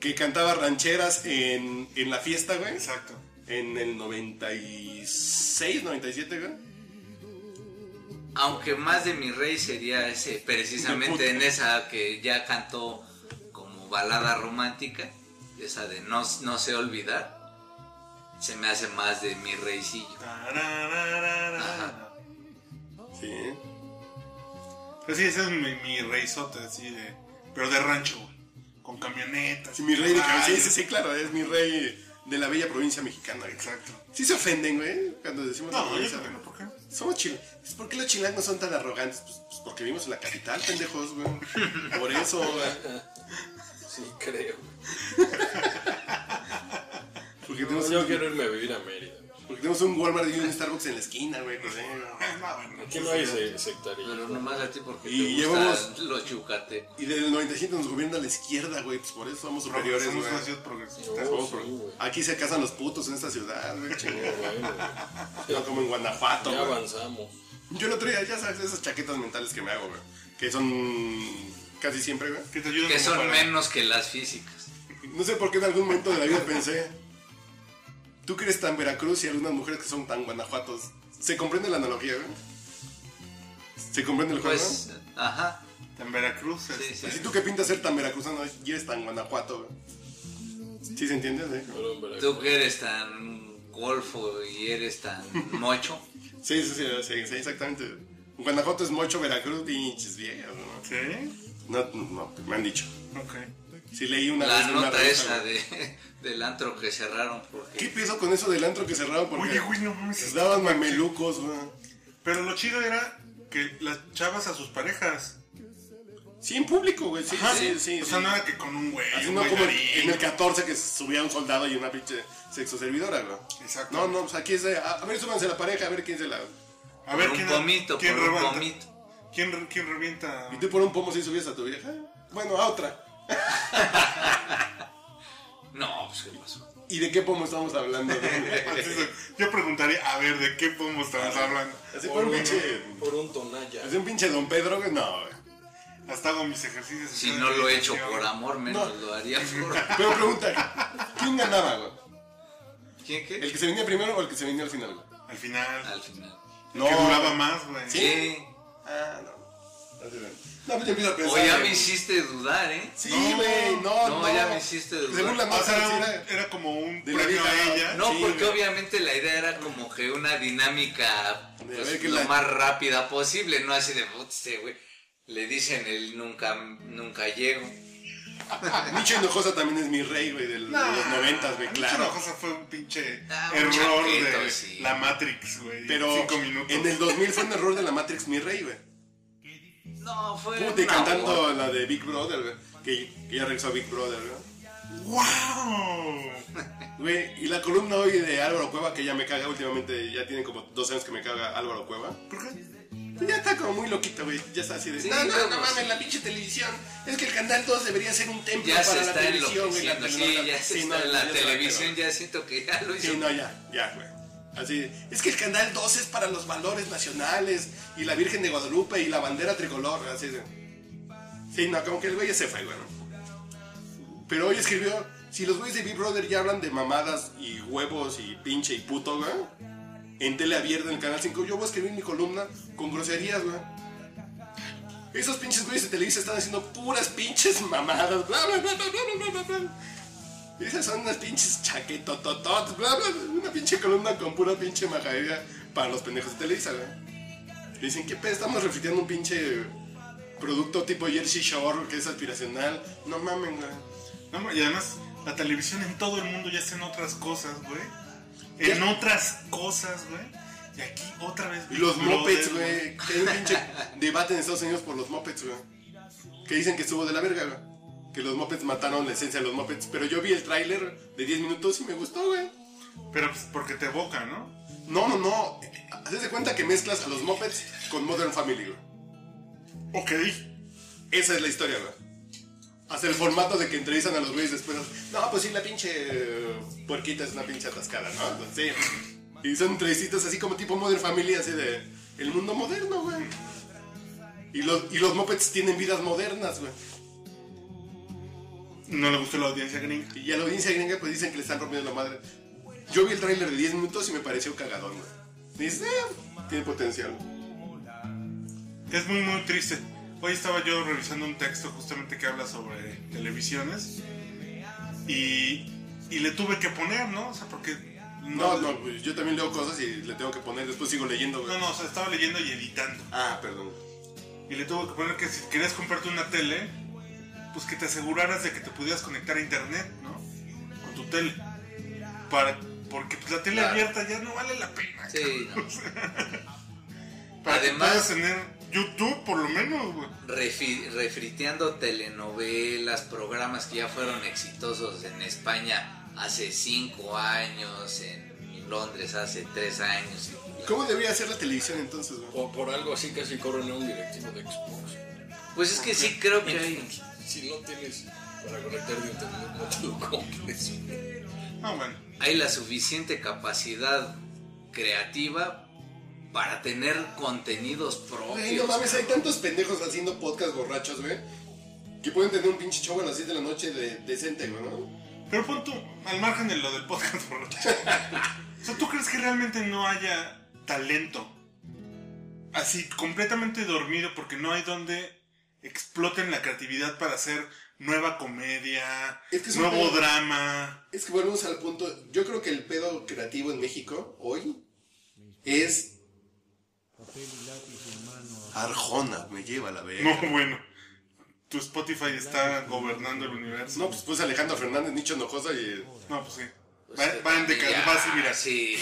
S2: Que cantaba rancheras en, en la fiesta, güey.
S3: Exacto.
S2: En el 96, 97, güey.
S4: Aunque más de mi rey sería ese, precisamente en esa que ya cantó como balada romántica, esa de no, no sé olvidar, se me hace más de mi reycillo.
S3: Tarararara.
S2: Sí.
S3: Pues sí, ese es mi, mi reyzote, así de. Pero de rancho, güey. Con camionetas.
S2: Sí, mi rey de cabeza. Sí,
S3: caballos.
S2: sí, sí, claro, es mi rey de la bella provincia mexicana.
S3: Exacto.
S2: Sí se ofenden, güey, cuando decimos la
S3: No, yo
S2: provincia.
S3: creo que no, ¿por qué?
S2: Somos chilangos. ¿Por qué los chilangos son tan arrogantes? Pues, pues porque vivimos en la capital, pendejos, güey. Por eso, güey.
S1: Sí, creo.
S2: Porque tenemos,
S1: Yo quiero irme a vivir a Mérida.
S2: porque tenemos un Walmart y un Starbucks en la esquina, güey. pues, eh. No sé, güey.
S3: Ah, No, bueno.
S1: Aquí no hay se- sectarismo.
S4: Pero nomás a ti porque
S2: Y
S4: te
S2: llevamos-
S4: gustan los yucatecos.
S2: Y desde el 97 nos gobierna la izquierda, güey. Pues por eso somos superiores,
S3: Somos
S2: güey.
S3: una ciudad progresista.
S1: No, sí, güey.
S2: Aquí se casan los putos en esta ciudad, güey.
S1: No,
S2: chingada.
S1: bueno,
S2: No como en Guanajuato,
S1: ya
S2: güey.
S1: avanzamos.
S2: Yo lo traía, ya sabes, esas chaquetas mentales que me hago, güey. Que son casi siempre, güey.
S3: Que te ayudan
S4: Que
S3: como
S4: son
S3: para-
S4: menos que las físicas.
S2: No sé por qué en algún momento de la vida pensé. Tú que eres tan Veracruz y algunas mujeres que son tan Guanajuatos. ¿Se comprende la analogía, güey? ¿Se comprende el juego?
S4: Pues, ajá.
S3: En Veracruz.
S4: Sí, sí.
S2: Si tú que pintas ser tan veracruzano y eres tan Guanajuato, güey. ¿Sí se entiende? Sí,
S1: Pero en Veracruz-
S4: Tú que eres tan golfo y eres tan
S2: [laughs]
S4: mocho.
S2: Sí, sí, sí, sí, sí, exactamente. Guanajuato es mucho Veracruz, pinches viejas, ¿no?
S3: Sí.
S2: No, no, me han dicho.
S3: Ok.
S2: Sí leí una
S4: La
S2: vez una
S4: nota
S2: revista,
S4: esa
S2: güey.
S4: de, [laughs] del antro que cerraron
S2: ¿Qué
S4: porque
S2: pienso con eso del antro que cerraron? Porque
S3: Oye, güey, no mames.
S2: les daban mamelucos, güey.
S3: Pero lo chido era que las chavas a sus parejas.
S2: Sí, en público, güey. Sí,
S3: Ajá.
S2: sí, sí.
S3: O
S2: sí.
S3: sea, no era que con un güey.
S2: Así
S3: un
S2: no como
S3: bailarín.
S2: en el 14 que subía un soldado y una pinche sexo servidora, güey.
S3: Exacto.
S2: No, no, pues aquí es de. A, a ver, súbanse la pareja, a ver quién se la.
S3: A ver
S4: por
S3: quién.
S4: un pomito,
S3: quién
S4: por un
S3: revienta?
S4: pomito.
S3: ¿Quién, re- quién revienta?
S2: ¿Y tú por un pomo si subías a tu vieja? Bueno, a otra.
S4: No, pues qué pasó.
S2: ¿Y de qué pomo estamos
S3: [laughs]
S2: hablando? güey?
S3: [laughs] Así es, Yo preguntaría, a ver, ¿de qué pomo estamos hablando?
S2: Así por un pinche.
S1: Por un tonalla.
S2: Así un pinche don Pedro, güey. No, güey.
S3: Hasta hago mis ejercicios.
S4: Si no lo he hecho por
S3: amor.
S4: amor, menos
S2: No.
S4: lo haría por...
S2: Pero pregunta, ¿quién ganaba, güey?
S4: ¿Quién qué?
S2: [laughs] ¿El que se venía primero o el que se venía al final, güey?
S3: Al final.
S4: Al final.
S3: No. Que duraba más, güey.
S2: Sí.
S4: ¿Qué?
S2: Ah, no. Así de- No, pues yo empiezo a pensar.
S4: O ya me
S2: güey.
S4: hiciste dudar, ¿eh?
S2: Sí, güey, no, no.
S4: No, ya me hiciste dudar.
S2: Según la
S3: O sea,
S2: nota,
S3: era,
S2: sí,
S3: un-
S2: era-
S3: era como un
S2: De la
S3: premio
S2: vida.
S3: a ella.
S4: No,
S2: Sí,
S4: porque
S2: güey.
S4: obviamente la idea era como que una dinámica
S2: De
S4: pues,
S2: ver que
S4: lo
S2: la-
S4: más rápida posible, no así de "Putz, este güey. Le dicen el nunca, nunca llego.
S2: Micho Hinojosa también es mi rey, güey, del- de los noventas, güey,
S3: Una
S2: claro.
S3: cosa fue un pinche
S4: Ah, un
S3: error
S4: chaqueto,
S3: de
S4: sí.
S3: la Matrix, güey.
S2: Pero
S3: cinco minutos.
S2: en el 2000 fue un error de la Matrix, mi rey, güey.
S4: No, fue.
S2: Puta, y
S4: una
S2: cantando
S4: boda.
S2: la de Big Brother, güey. Que, que ya regresó a Big Brother, güey.
S3: ¡Wow!
S2: Güey, y la columna hoy de Álvaro Cueva, que ya me caga últimamente, ya tiene como dos años que me caga Álvaro Cueva.
S3: ¿Por qué?
S2: Pues ya está como muy loquito, güey. Ya está así de.
S4: Sí,
S2: no, no, no
S4: luego,
S2: mames,
S4: sí.
S2: la pinche televisión. Es que el canal 2 debería ser un templo
S4: Ya se
S2: para la
S4: está
S2: televisión, güey. la
S4: enloqueciendo. Sí,
S2: telenovela".
S4: ya se
S2: Sí,
S4: está
S2: no,
S4: en la
S2: ya se va,
S4: televisión,
S2: pero-
S4: ya siento que ya lo hizo.
S2: Sí, no, ya, ya, güey. Así, es que el canal 2 es para los valores nacionales y la Virgen de Guadalupe y la bandera tricolor, así de. Sí, no, como que el güey ya se fue, güey. ¿no? Pero hoy escribió, si los güeyes de Big Brother ya hablan de mamadas y huevos y pinche y puto, güey, en tele abierta en el canal 5, yo voy a escribir mi columna con groserías, güey. Esos pinches güeyes de Televisa están haciendo puras pinches mamadas, bla, bla, bla, bla, bla, bla, bla, bla. Esas son unas pinches chaquetototot, bla, bla, bla, una pinche columna con pura pinche majadería para los pendejos de Televisa, güey. Dicen, ¿qué pedo? Estamos reflitiendo un pinche producto tipo Jersey Shore que es aspiracional. No mamen, güey.
S3: No, ma- y además, la televisión en todo el mundo ya está en otras cosas, güey. En
S2: Ya-
S3: otras cosas, güey. Y aquí otra vez.
S2: Y los
S3: Big Brother,
S2: mopeds, güey. Que hay un pinche debate en Estados Unidos por los mopeds, güey. Que dicen que estuvo de la verga, güey. Que los mopeds mataron la esencia de los mopeds. Pero yo vi el tráiler de 10 minutos y me gustó, güey.
S3: Pero pues porque te evoca, ¿no?
S2: No, no, no. Haces de cuenta que mezclas a los mopeds con Modern Family, güey.
S3: Ok.
S2: Esa es la historia, güey. Hasta el formato de que entrevistan a los güeyes después. No, pues sí, la pinche eh, puerquita es una pinche atascada, ¿no? Pues Sí. Y son entrevistas así como tipo Modern Family, así de. El mundo moderno, güey. Y los, y los mopeds tienen vidas modernas, güey.
S3: No le gustó la audiencia gringa.
S2: Y a la audiencia gringa, pues dicen que le están rompiendo la madre. Yo vi el tráiler de 10 minutos y me pareció cagadón, güey. Dices, eh, tiene potencial.
S3: Es muy, muy triste. Hoy estaba yo revisando un texto justamente que habla sobre televisiones y, y le tuve que poner, ¿no? O sea, porque...
S2: No, no, pues, yo también leo cosas y le tengo que poner, después sigo leyendo, güey.
S3: No, no, o sea, estaba leyendo y editando.
S2: Ah, perdón.
S3: Y le tuve que poner que si querías comprarte una tele, pues que te aseguraras de que te pudieras conectar a internet, ¿no? Con tu tele. Para, porque pues, la tele
S4: Claro.
S3: abierta ya no vale la pena.
S4: Sí, no.
S3: Para
S4: Además-
S3: Además, tener YouTube por lo menos, güey.
S4: Refi- refriteando telenovelas, programas que ya fueron exitosos en España hace cinco años, en Londres hace tres años.
S2: ¿Cómo debería ser la televisión entonces, güey?
S1: O por algo así casi corren a un directivo de Xbox.
S4: Pues es que sí creo que hay.
S1: Si no tienes para conectar de internet, no te lo compres.
S3: Ah, bueno.
S4: hay la suficiente capacidad creativa para tener contenidos
S2: Güey, no
S4: propios.
S2: mames, hay tantos pendejos haciendo podcast borrachos, güey. Que pueden tener un pinche show a las 7 de la noche de, decente, güey, ¿no?
S3: Pero pon tú, al margen de lo del podcast borracho. o sea, ¿tú crees que realmente no haya talento? Así, completamente dormido porque no hay donde exploten la creatividad para hacer nueva comedia,
S2: Es que es un
S3: nuevo
S2: pedo.
S3: drama.
S2: Es que volvemos al punto. Yo creo que el pedo creativo en México hoy es. Arjona, me lleva la verga.
S3: No, bueno. Tu Spotify está gobernando el universo.
S2: No, pues pues Alejandro Fernández, Nicho Nojosa y.
S3: No, pues sí.
S4: Pues
S3: Va-
S4: que
S3: Van de
S4: ya,
S3: cada vas y mira.
S4: Sí,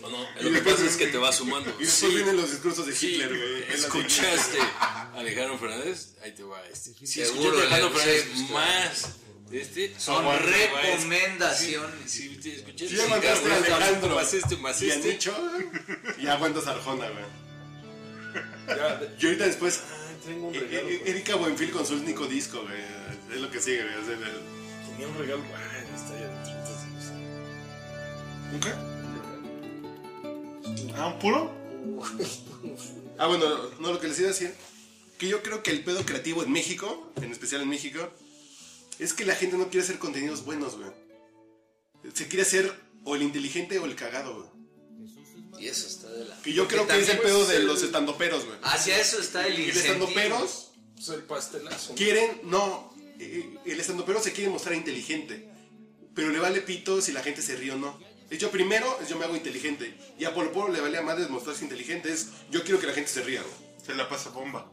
S1: No, no, lo que pasa es que te va sumando.
S2: Y después vienen los discursos de
S1: Sí,
S2: Hitler,
S1: [laughs]
S2: güey.
S1: ¿Escuchaste a Alejandro Fernández? Ahí te va este. Si
S4: Seguro
S1: escuchaste a Alejandro
S4: le-
S1: Fernández
S4: sí, pues,
S1: más de este,
S4: son
S1: ahora te va este.
S4: recomendaciones.
S1: Si te escuchaste
S2: Si [laughs] ya mandaste a
S1: Alejandro,
S2: Alejandro.
S1: más este, más
S2: Y a
S1: este.
S2: Nicho. [laughs] Y aguantas Arjona, güey.
S1: ya-
S2: Y ahorita después.
S1: Tengo un
S2: E-
S1: regalo.
S2: e- Erika Buenfil con su único disco, güey. Es lo que sigue, güey. O sea, el-
S1: Tenía un regalo. Ah, está allá adentro. entonces,
S3: ¿Un qué? ¿Ah, un puro?
S2: Ah, bueno, no, lo que les iba a decir. Que yo creo que el pedo creativo en México, en especial en México, es que la gente no quiere hacer contenidos buenos, güey. Se quiere hacer o el inteligente o el cagado, güey.
S4: Y eso está de la.
S2: Que yo creo que es el
S4: pues,
S2: pedo de los estandoperos, güey.
S4: Hacia eso está el
S2: Y el
S4: incentivo.
S2: estandoperos
S1: pues el pastelazo.
S2: quieren, no, eh, el estandopero se quiere mostrar inteligente, pero le vale pito si la gente se ríe o no. Es Yo primero, es yo me hago inteligente, y a Polo Polo le vale a madre mostrarse inteligente, es yo quiero que la gente se ría. güey.
S3: Se la pasa bomba.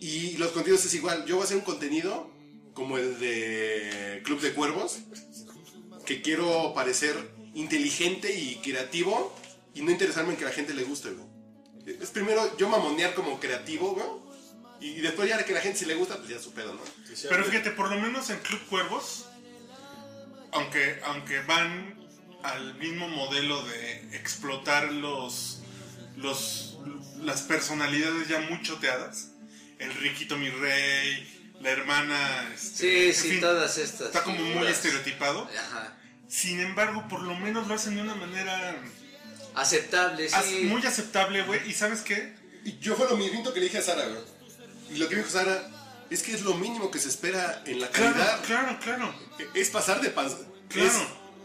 S2: Y los contenidos es igual, yo voy a hacer un contenido como el de Club de Cuervos, que quiero parecer inteligente y creativo, y no interesarme en que a la gente le guste, güey. Es primero yo mamonear como creativo, güey. Y después ya que la gente si le gusta, pues ya es su pedo, ¿no?
S3: Pero fíjate, por lo menos en Club Cuervos, aunque, aunque van al mismo modelo de explotar los, los, las personalidades ya muy choteadas, el riquito mi rey, la hermana... este,
S4: Sí,
S3: en
S4: sí,
S3: fin,
S4: todas estas.
S3: Está como muy
S4: figuras.
S3: estereotipado.
S4: Ajá.
S3: Sin embargo, por lo menos lo hacen de una manera
S4: Aceptable,
S3: as-
S4: sí.
S3: muy aceptable, güey. ¿Y sabes qué?
S2: Y yo fue lo mismo que le dije a Sara, güey. Y lo que me dijo Sara es que es lo mínimo que se espera en la
S3: Claro,
S2: calidad.
S3: claro, claro.
S2: Es pasar de pan.
S3: Claro.
S2: Es,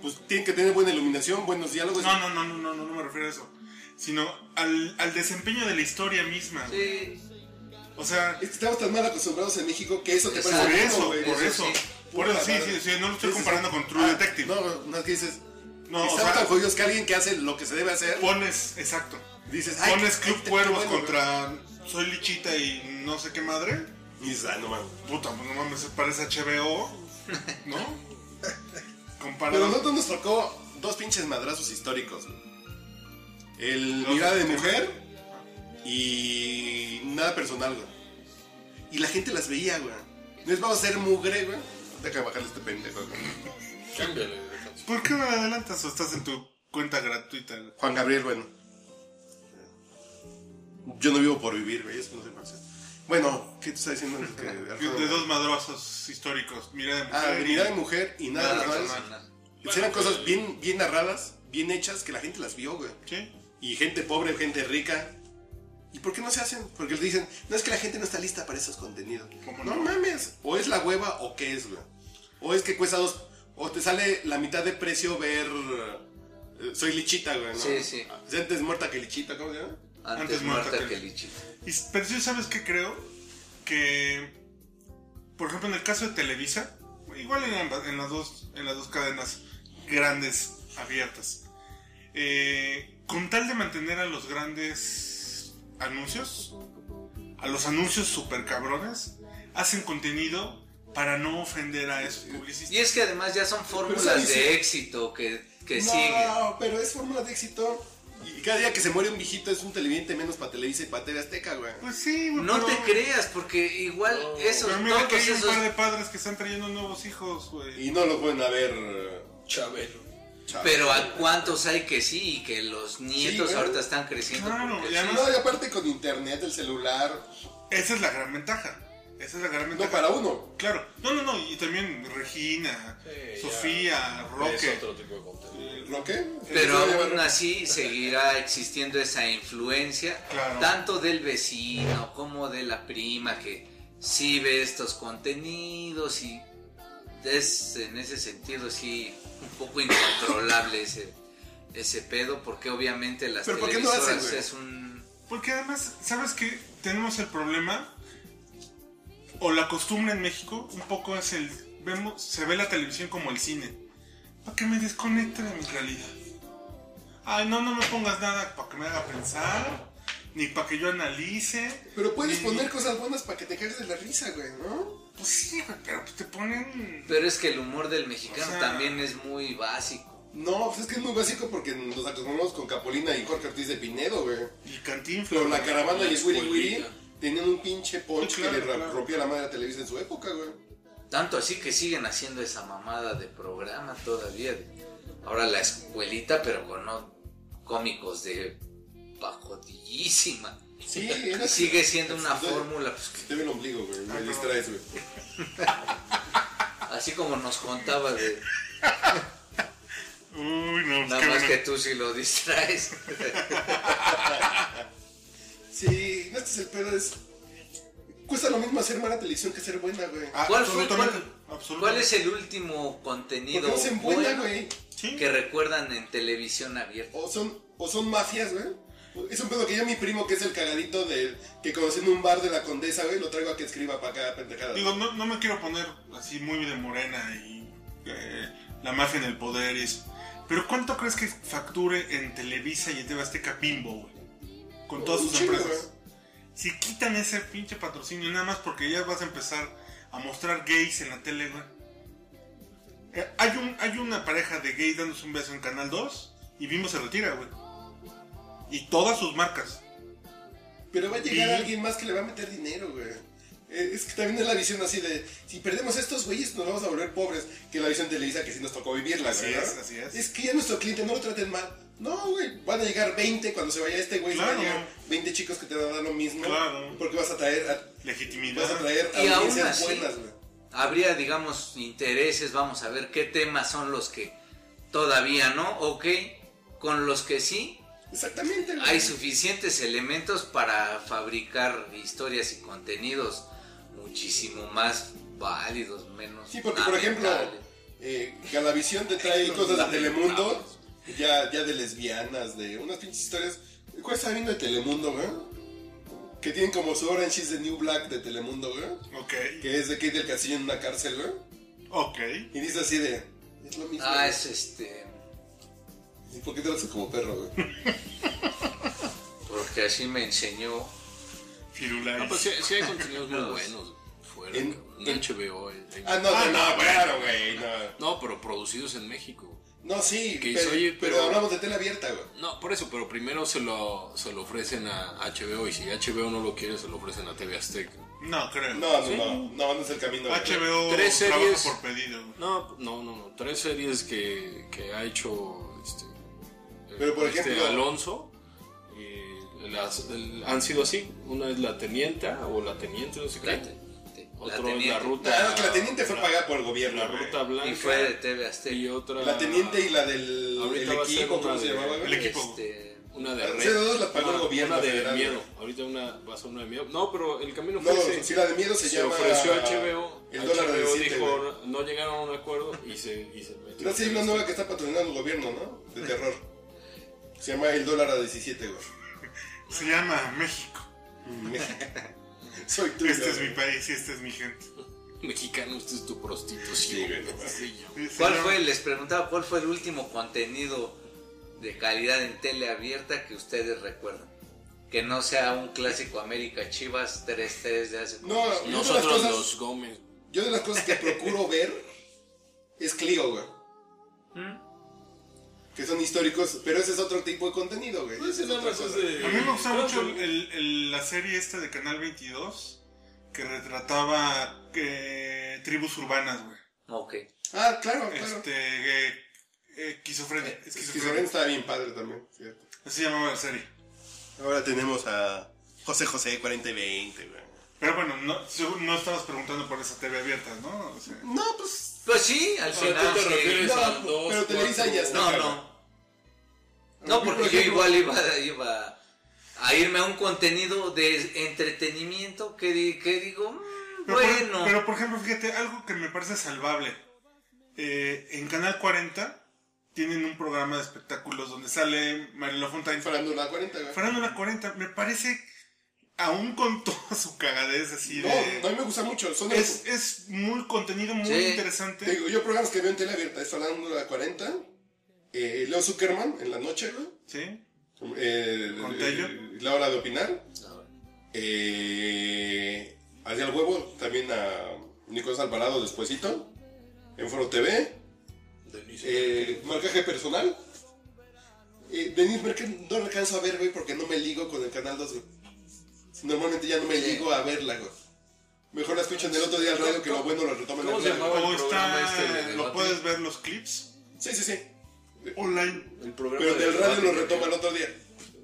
S2: pues tienen que tener buena iluminación, buenos
S4: Pues
S2: diálogos.
S3: No, no, no, no, no, no, no me refiero a eso. Sino al, al desempeño de la historia misma. güey.
S4: Sí.
S3: O sea,
S2: Es que estamos tan mal acostumbrados en México que eso te
S4: Exacto.
S2: parece
S3: Por
S2: bueno, güey.
S3: eso, por
S4: eso
S3: eso.
S4: sí.
S3: Por eso, sí,
S2: Puta
S3: sí,
S2: madre.
S3: sí, no lo estoy
S2: Sí, sí,
S3: comparando
S2: sí.
S3: con True
S2: Ah,
S3: Detective.
S2: No, no es que dices.
S3: No, o
S2: estamos
S3: sea,
S2: tan jodidos que alguien que hace lo que se debe hacer.
S3: pones, exacto.
S2: Dices, ay,
S3: Pones
S2: qué-
S3: Club
S2: qué
S3: Cuervos
S2: bueno, güey.
S3: contra Soy Lichita y no sé qué madre.
S2: Y dices, ah, no mames.
S3: Puta, pues no mames, parece HBO,
S2: [laughs]
S3: ¿no?
S2: Pero a
S3: Comparado.
S2: nosotros nos tocó dos pinches madrazos históricos. güey. El
S3: Los
S2: mirada de
S3: de-
S2: mujer y nada personal, güey. Y la gente las veía, güey. No es vamos a ser mugre, güey. Deja bajarle este pendejo, güey.
S1: Cámbiale de canción.
S3: ¿Por qué me adelantas o estás en tu cuenta gratuita?
S2: Juan Gabriel, bueno. Yo no vivo por vivir, güey. Eso no sé por qué. Bueno, ¿qué te está diciendo? antes que-
S3: De dos madrazos históricos, mira de
S2: Ah,
S3: mujer. y-
S2: mirada de mujer y nada,
S4: Nada
S2: personal.
S4: personal.
S2: Hicieron cosas bien, bien narradas, bien hechas, que la gente las vio, güey.
S3: ¿Sí?
S2: y gente pobre, gente rica. ¿Y por qué no se hacen? Porque le dicen, no es que la gente no está lista para esos contenidos.
S3: ¿Cómo
S2: no?
S3: no?
S2: mames, o es la hueva o qué es, güey. O es que cuesta dos, o te sale la mitad de precio ver... eh, Soy lichita, güey, ¿no?
S4: Sí, sí.
S2: Ah, Antes muerta que lichita, ¿cómo se llama?
S4: Antes, muerta que lichita.
S3: Y- Pero yo sabes que creo que, por ejemplo, en el caso de Televisa, igual en, ambas- en las, dos, en las dos cadenas grandes abiertas, eh, con tal de mantener a los grandes anuncios, a los anuncios super cabrones, hacen contenido para no ofender a esos publicistas.
S4: Y es que además ya son fórmulas
S2: dice-
S4: de éxito que, que
S2: no,
S4: siguen.
S2: pero es fórmula de éxito. Y cada día que se muere un viejito es un televidente menos para Televisa y para TV Azteca, güey.
S3: Pues sí, güey,
S4: No
S3: pero-
S4: te creas, porque igual esos,
S3: Pero mira que
S4: todos
S3: hay un
S4: esos
S3: par de padres que están trayendo nuevos hijos, güey.
S2: Y no lo pueden haber. eh,
S1: Chabelo.
S2: chavo.
S4: Pero a cuántos hay que sí y que los nietos
S2: Sí, ¿verdad?
S4: ahorita están creciendo.
S3: Claro,
S4: porque
S3: ya
S4: sí.
S2: No, y aparte con internet, el celular.
S3: Esa es la gran ventaja. Esa es la gran ventaja.
S2: No para uno.
S3: Claro, no, no, no, y también Regina,
S1: Sí,
S3: Sofía,
S1: Es
S3: Roque.
S1: otro tipo de contenido.
S2: ¿Lo qué?
S4: Pero
S2: Eso va a llevar-
S4: aún así seguirá existiendo esa influencia,
S3: Claro.
S4: tanto del vecino como de la prima que sí ve estos contenidos y es en ese sentido sí un poco incontrolable ese, ese pedo porque obviamente las
S2: Pero ¿por qué no
S4: televisoras
S2: hacen, güey?
S4: es un...
S3: Porque además, ¿sabes qué? Tenemos el problema, o la costumbre en México, un poco es el. Vemos, se ve la televisión como el cine. Para que me desconecte de mi realidad. Ay, no, no me pongas nada para que me haga pensar, ni para que yo analice.
S2: Pero puedes
S3: ni-
S2: poner cosas buenas para que te cagues de la risa, güey, ¿no?
S3: Pues sí, güey, pero pues te ponen.
S4: Pero es que el humor del mexicano
S3: O sea-
S4: también es muy básico.
S2: No, pues es que es muy básico porque nos acostumbramos con Capolina y Jorge Ortiz de Pinedo, güey.
S3: Y cantinflas.
S2: Pero la
S3: güey.
S2: caravana y el Wiri Wiri
S1: Escuelita.
S2: tenían un pinche punch
S3: Sí, claro,
S2: que le ra-
S3: claro.
S2: rompía la madre a Televisa en su época, güey.
S4: Tanto así que siguen haciendo esa mamada de programa todavía. de- Ahora la escuelita, pero con no- cómicos de pacotillísima. [laughs]
S2: Sí,
S4: Y
S2: era
S4: sigue siendo una
S2: Te-
S4: fórmula, pues, que-
S2: Te ve el ombligo, güey. Me
S3: no.
S2: distraes, güey.
S4: así como nos contaba de...
S3: Uy, no,
S4: Nada
S3: qué
S4: más
S3: bueno.
S4: que tú si lo distraes. [laughs]
S2: Sí, no, este es el pedo, es... Cuesta lo mismo hacer mala televisión que ser buena, güey.
S3: Ah,
S4: ¿Cuál, fue,
S3: absolutamente,
S4: cuál, cuál
S3: absolutamente.
S4: es el último
S2: Porque
S4: contenido
S2: no hacen buena,
S4: bueno
S2: güey.
S3: Sí.
S4: que recuerdan en televisión abierta?
S2: O son, o son mafias, güey. Es un pedo que yo mi primo, que es el cagadito de que conocí en un bar de la condesa, güey, lo traigo a que escriba para acá, pendejada.
S3: Digo, no, no me quiero poner así muy de morena y eh, la mafia en el poder y eso. Pero ¿cuánto crees que facture en Televisa y en TV Azteca Bimbo, güey? Con todas
S2: Un
S3: sus
S2: chingo, ¿eh?
S3: empresas. Si quitan ese pinche patrocinio, nada más porque ya vas a empezar a mostrar gays en la tele, güey. Eh, hay, un, hay una pareja de gays dándose un beso en Canal 2 y Bimbo se retira, güey. Y todas sus marcas.
S2: Pero va a llegar
S3: Y-
S2: alguien más que le va a meter dinero, güey. Eh, Es que también es la visión así de, si perdemos estos güeyes nos vamos a volver pobres, que es la visión de Televisa que sí nos tocó vivirla,
S3: Así
S2: ¿verdad?
S3: es, así es.
S2: Es que ya nuestro cliente no lo traten mal. No, güey, van a llegar 20 cuando se vaya este güey, van
S3: Claro.
S2: a llegar 20 chicos que te van a dar lo mismo.
S3: Claro.
S2: Porque vas a traer, a-
S3: Legitimidad.
S2: vas a traer
S4: Y aún
S2: audiencias
S4: así-
S2: buenas, güey.
S4: habría, digamos, intereses, vamos a ver qué temas son los que todavía no, ok, con los que sí,
S2: Exactamente, güey.
S4: hay suficientes elementos para fabricar historias y contenidos muchísimo más válidos, menos...
S2: Sí, porque
S1: Ah,
S2: por ejemplo,
S4: lamentables.
S2: eh, Galavisión
S1: [laughs]
S2: te trae cosas de Telemundo, ya, ya de lesbianas, de unas pinches historias. ¿Cuál está viendo de Telemundo, güey? Que tienen como su Orange is the New Black de Telemundo, güey.
S3: Ok,
S2: Que es de Kate del Castillo en una cárcel, güey.
S3: ok.
S2: Y dice así de. Es lo mismo.
S4: Ah, es este...
S2: ¿Y por qué te lo haces como perro, güey?
S4: Porque así me enseñó...
S3: Firulais.
S1: No, pues sí, sí hay contenidos muy
S4: Los-
S1: buenos. Fuera,
S2: En-
S1: cabrón. en HBO. hay- hay-
S2: Ah, no,
S3: Ah,
S2: no,
S3: no,
S2: claro, güey. No,
S1: No, pero producidos en México.
S2: no sí,
S1: Que
S2: pero,
S1: dice, oye,
S2: pero
S1: pero-
S2: hablamos de tele abierta, güey.
S1: No, por eso, pero primero se lo, se lo ofrecen a HBO y si HBO no lo quiere, se lo ofrecen a TV Azteca.
S3: No, creo.
S2: No, no, no, no, no es el camino. güey.
S3: HBO
S1: Tres
S3: trabaja
S1: series.
S3: por pedido. güey.
S1: No, no, no, no. Tres series que, que ha hecho este,
S2: Pero, por
S1: este
S2: ejemplo-
S1: Alonso eh, las, el- han sido así. Una es La Tenienta o La Teniente, no sé qué.
S4: la
S1: Otro es La
S4: teniente.
S2: No,
S1: Ruta.
S2: no, que Ah, la teniente fue pagada por el gobierno,
S1: La
S2: güey.
S1: Ruta Blanca.
S4: Y fue de TV
S1: y
S4: Azteca.
S1: otra.
S2: La teniente y la del
S1: Ahorita
S2: el
S1: va a ser
S2: equipo,
S1: una
S2: ¿cómo se
S1: de-
S2: llamaba? güey?
S3: el equipo.
S4: Este,
S1: Una de
S2: La
S1: red.
S2: C2 la pagó
S1: una,
S2: el gobierno
S1: una de
S2: federal,
S1: miedo.
S2: güey.
S1: Ahorita una, va a ser una de miedo. No, pero el camino
S2: No,
S1: fue ese.
S2: si la de miedo se,
S1: se
S2: llama.
S1: ofreció a HBO.
S2: El
S1: HBO
S2: dólar de siete,
S1: dijo,
S2: güey.
S1: no, no llegaron a un acuerdo y se, y se metió.
S2: No sé, hay una nueva que está patrocinando el gobierno, ¿no? De terror. Se llama El dólar a 17, güey. Mm,
S3: Se llama México.
S1: [laughs]
S2: Soy tú.
S3: Este es mi país y esta es mi gente.
S1: Mexicano, esto es tu
S2: Sí,
S1: prostitución.
S2: güey, no mames.
S1: Sí, yo.
S3: Se
S4: ¿Cuál
S3: llama-
S4: fue, les preguntaba, cuál fue el último contenido de calidad en tele abierta que ustedes recuerdan? Que no sea un clásico América Chivas 3-3 de hace
S2: No,
S4: como-
S2: no.
S1: Nosotros
S2: Una de las cosas-
S1: los Gómez.
S2: Yo de las cosas que
S1: [laughs]
S2: procuro ver es Clio, güey. Que son históricos, pero ese es otro tipo de contenido, güey.
S1: Pues,
S2: Ese es
S1: nada
S2: otra
S1: más
S2: cosa.
S1: es de-
S3: A mí me gustaba mucho el- el- el- la serie esta de Canal 22 que retrataba eh, tribus urbanas, güey.
S4: Ok.
S2: Ah, claro, claro.
S3: Este, eh, eh, esquizofrenia.
S2: Esquizofrenia
S3: esquizofrenia.
S2: está bien padre también, cierto.
S3: Así se llamaba la serie.
S2: Ahora tenemos a José José 40 y 20, güey.
S3: Pero bueno, no, seguro no estabas preguntando por esa TV abierta, ¿no? O sea,
S2: No, pues.
S4: Pues sí, al
S1: O sea,
S4: final.
S1: ¿tú te
S4: sí.
S1: refieres
S2: No,
S1: a dos,
S2: pero Televisa
S1: cuatro?
S2: ya está.
S4: No, no. No, porque yo igual iba, iba a irme a un contenido de entretenimiento que, di- que digo, mm,
S3: Pero,
S4: bueno.
S3: por, pero por ejemplo, fíjate, algo que me parece salvable. Eh, en Canal 40 tienen un programa de espectáculos donde sale Marilo Fontaine.
S2: Farándula 40, güey.
S3: Farándula 40, me parece, aún con toda su cagadez así de...
S2: No, no, a mí me gusta mucho. Son de-
S3: es, es muy contenido, muy
S4: Sí.
S3: interesante.
S2: Te digo, yo programas que veo en tele abierta es Farándula 40, eh, Leo Zuckerman en la noche, güey.
S3: Sí.
S2: Eh,
S3: Con
S2: eh,
S3: Tello.
S2: La hora de opinar.
S4: No,
S2: Eh, Hacia el huevo también a Nicolás Alvarado despuesito. En Foro TV.
S1: Denis.
S2: Eh, marcaje personal. Eh, Denise Merkel no la alcanzo a ver, güey, porque no me ligo con el canal 2, güey. Normalmente ya no me ligo a verla, güey. Mejor la escuchan el otro día al radio que lo bueno lo retomen
S1: ¿Cómo
S2: al
S1: se
S2: radio.
S1: llamaba?
S3: O
S1: el programa
S3: está,
S1: este de
S3: lo
S1: debate.
S3: puedes ver los clips
S2: Sí, sí, sí.
S3: online.
S1: El programa
S2: Pero del radio lo
S1: debate
S2: retoma el
S1: que-
S2: otro día.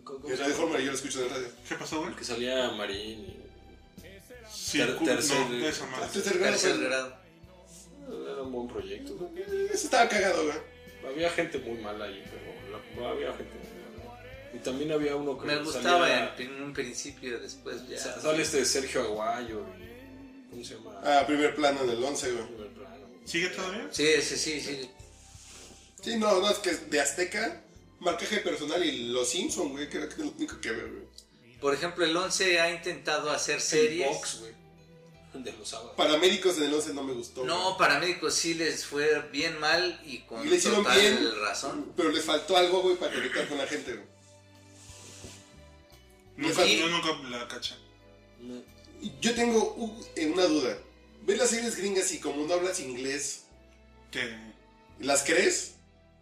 S1: ¿Cómo- cómo
S2: El
S1: se
S2: radio
S1: llama?
S2: Fórmula yo lo escucho en el radio.
S3: ¿Qué pasó, güey?
S1: El que salía Marín. y- eh,
S3: Circu-
S1: tercer-
S3: no, de esa madre.
S2: Tercer grado,
S4: tercer
S2: güey.
S4: grado.
S1: Era un buen proyecto.
S2: Eso estaba cagado, güey.
S1: Había gente muy mala ahí, pero la- había gente muy mala. Y también había uno que
S4: Me gustaba
S1: salía-
S4: en, en un principio, después ya.
S1: sa- Sale este Sergio Aguayo. y- ¿Cómo se llama?
S2: Ah, primer plano en el 11, güey.
S1: Primer plano.
S3: ¿Sigue todavía?
S4: Sí, sí, sí, sí.
S2: Sí, no, no, es que de Azteca, marcaje personal y los Simpson, güey, que era lo único que veo, güey.
S4: Por ejemplo, el 11 ha intentado hacer
S1: El
S4: series. Ah.
S1: box, güey. De los sábados.
S2: Paramédicos en el 11 no me gustó.
S4: No, paramédicos sí les fue bien mal y con
S2: Y le hicieron
S4: total
S2: bien.
S4: razón.
S2: Pero les faltó algo, güey, para conectar con la gente, güey.
S3: Nunca,
S4: Sí.
S3: Yo nunca la caché.
S1: No.
S2: Y Yo tengo u- eh, una duda. ¿Ves las series gringas y como no hablas inglés,
S3: Te-
S2: las crees?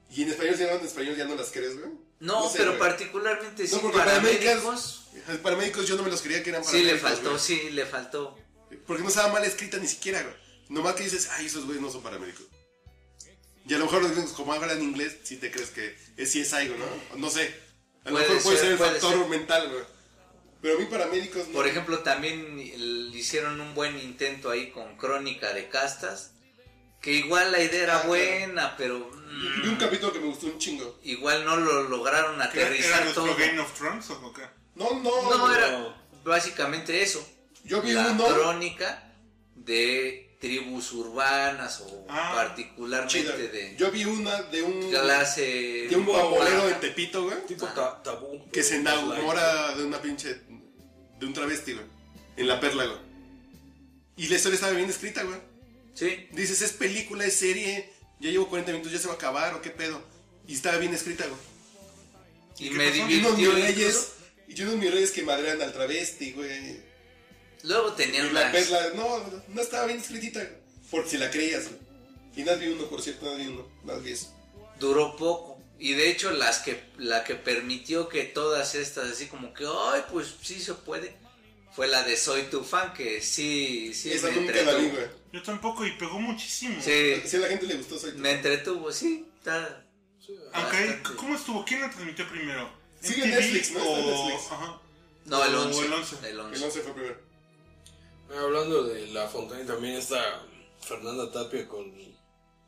S2: Y en español, si no hablan en español, ya no las crees, güey.
S4: No,
S2: sé,
S4: pero
S2: güey.
S4: particularmente sí,
S2: porque
S4: paramédicos.
S2: Los paramédicos yo no me los creía que eran
S4: Sí, le
S2: paramédicos.
S4: faltó,
S2: güey.
S4: sí, le faltó.
S2: Porque no estaba mal escrita ni siquiera, güey. Nomás que dices, ay, esos güeyes no son paramédicos. Y a lo mejor los gringos, como hablan inglés, si te crees que es, sí es algo, ¿no? No sé. A lo
S4: Puede
S2: mejor puede
S4: ser,
S2: ser el
S4: puede
S2: factor
S4: ser.
S2: mental, güey. Pero a mí paramédicos no.
S4: Por ejemplo, también le hicieron un buen intento ahí con Crónica de Castas, que igual la idea
S2: Ah,
S4: era
S2: claro.
S4: buena, pero mm,
S2: Vi un capítulo que me gustó un chingo.
S4: igual no lo lograron
S3: ¿Era
S4: aterrizar todo.
S3: nuestro Game of Thrones o qué?
S2: No, no.
S4: No,
S2: güey.
S4: era básicamente eso.
S2: Yo vi
S4: La
S2: uno.
S4: crónica de tribus urbanas o
S3: Ah,
S4: particularmente
S2: Chida.
S4: de
S2: Yo vi una de un.
S4: clase...
S2: De un
S4: baja.
S2: guabolero en Tepito, güey.
S1: Tipo ta- tabú.
S2: Que se
S1: pero más light.
S2: enamora de una pinche. De un travesti, güey. En la perla, güey. Y la historia estaba bien escrita, güey.
S4: Sí,
S2: Dices, es película, es serie. Ya llevo 40 minutos, ya se va a acabar o qué pedo. Y estaba bien escrita, güey.
S4: y
S3: ¿Qué
S4: me
S3: pasó?
S2: Y unos mis
S4: divirtió. incluso.
S2: reyes. Y unos mis reyes que madrean al travesti, güey.
S4: Luego
S2: Y
S4: tenían
S2: la
S4: unas-
S2: perla. No, no, no estaba bien escritita, güey. Porque si la creías, güey. Y nada vi uno, por cierto, nada vi uno. Nada vi eso.
S4: duró poco. Y de hecho las que la que permitió que todas estas así como que ay pues sí se puede fue la de Soy tu fan que sí sí
S2: Esa
S4: me
S2: nunca la vi,
S4: entretuvo.
S2: güey.
S3: Yo tampoco y pegó muchísimo.
S4: Sí,
S2: Si a la gente le gustó, soy
S4: me entretuvo, sí. está-
S3: Aunque ahí,
S4: Bastante.
S3: ¿cómo estuvo? ¿Quién la transmitió primero?
S2: Ah, Sigue
S3: ¿MTV
S2: Netflix, ¿no? Está en
S3: o-
S2: Netflix.
S3: Ajá.
S4: No, el
S3: O
S4: 11.
S3: el once.
S4: El
S2: El
S4: once.
S2: 11 fue primero.
S1: Eh, Hablando de La Fontaine, también está mm, Fernanda Tapia con.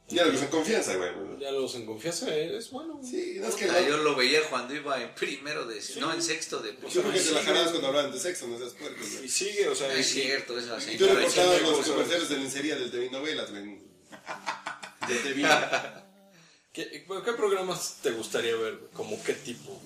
S2: Ya lo que en confianza, güey.
S1: Ya los en confianza, eh, es bueno. güey.
S2: Sí, no es que
S4: Puta,
S2: no.
S4: Ah, yo lo veía cuando iba en primero de... No, en sexto de
S2: Yo creo que
S1: Sí,
S2: te la jalabas
S1: güey.
S2: cuando hablaban de sexo, no esas puertas.
S1: Y sigue, o sea.
S4: Es
S1: y-
S4: cierto, esa
S2: Y tú
S4: señora.
S2: reportabas los
S1: sí,
S2: comerciales de lencería del TV Novelas, güey. De TV.
S1: ¿Qué, ¿Qué programas te gustaría ver? güey? ¿Como qué tipo?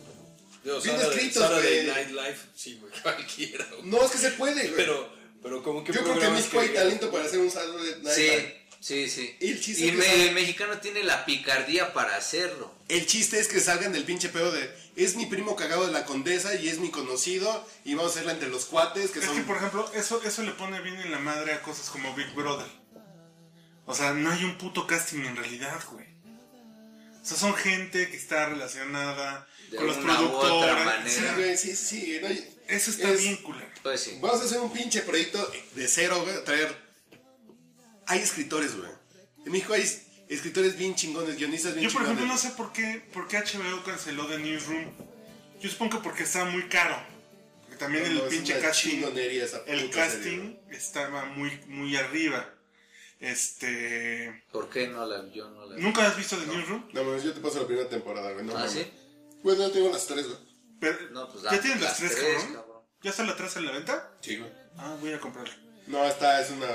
S1: Digo,
S2: Bien
S1: Saturday-
S2: escritos,
S1: Saturday
S2: güey.
S1: Night Live, sí, güey, [laughs] cualquiera. güey.
S2: No, es que se puede, güey.
S1: Pero, pero como que
S2: Yo creo que
S1: programas
S2: Misco hay
S1: digan,
S2: talento para hacer un Saturday Night
S4: Sí,
S2: Live.
S4: sí, sí.
S2: Y el chiste
S4: Y
S2: es
S4: me-
S2: que-
S4: el mexicano tiene la picardía para hacerlo.
S2: El chiste es que salgan del pinche pedo de es mi primo cagado de la condesa y es mi conocido y vamos a hacerla entre los cuates que
S3: Es
S2: son.
S3: que, por ejemplo, eso, eso le pone bien en la madre a cosas como Big Brother. O sea, no hay un puto casting en realidad, güey. O sea, son gente que está relacionada
S4: De
S3: con los
S4: alguna u otra
S3: productores.
S4: manera.
S2: Sí, güey, sí, sí. no, y-
S3: Eso está
S2: es-
S3: bien culero.
S4: Pues sí.
S2: Vamos a hacer un pinche proyecto de cero, güey. Traer. Hay escritores, güey. En México hay escritores bien chingones, guionistas bien
S3: Yo, por
S2: chingones.
S3: ejemplo, no sé por qué, por qué HBO canceló The Newsroom. Yo supongo que porque estaba muy caro. Porque también
S2: No,
S3: el
S2: es
S3: pinche
S2: una
S3: casting.
S2: chingonería esa
S3: El
S2: puta serie,
S3: casting
S2: güey.
S3: estaba muy, muy arriba. Este.
S4: ¿Por qué no la yo no la
S3: ¿Nunca has visto The Newsroom?
S2: No, mames, yo te paso la primera temporada, güey. No,
S4: ¿Ah,
S2: mames.
S4: sí?
S2: Güey, yo tengo las tres, güey.
S3: Pero-
S4: No, pues
S3: ¿Ya
S4: la-
S3: tienen las
S4: las
S3: tres,
S4: tres,
S3: cabrón?
S4: cabrón.
S3: ¿Ya está la tres en la venta?
S2: Sí, güey.
S3: Ah, voy a comprarla.
S2: No, esta es una.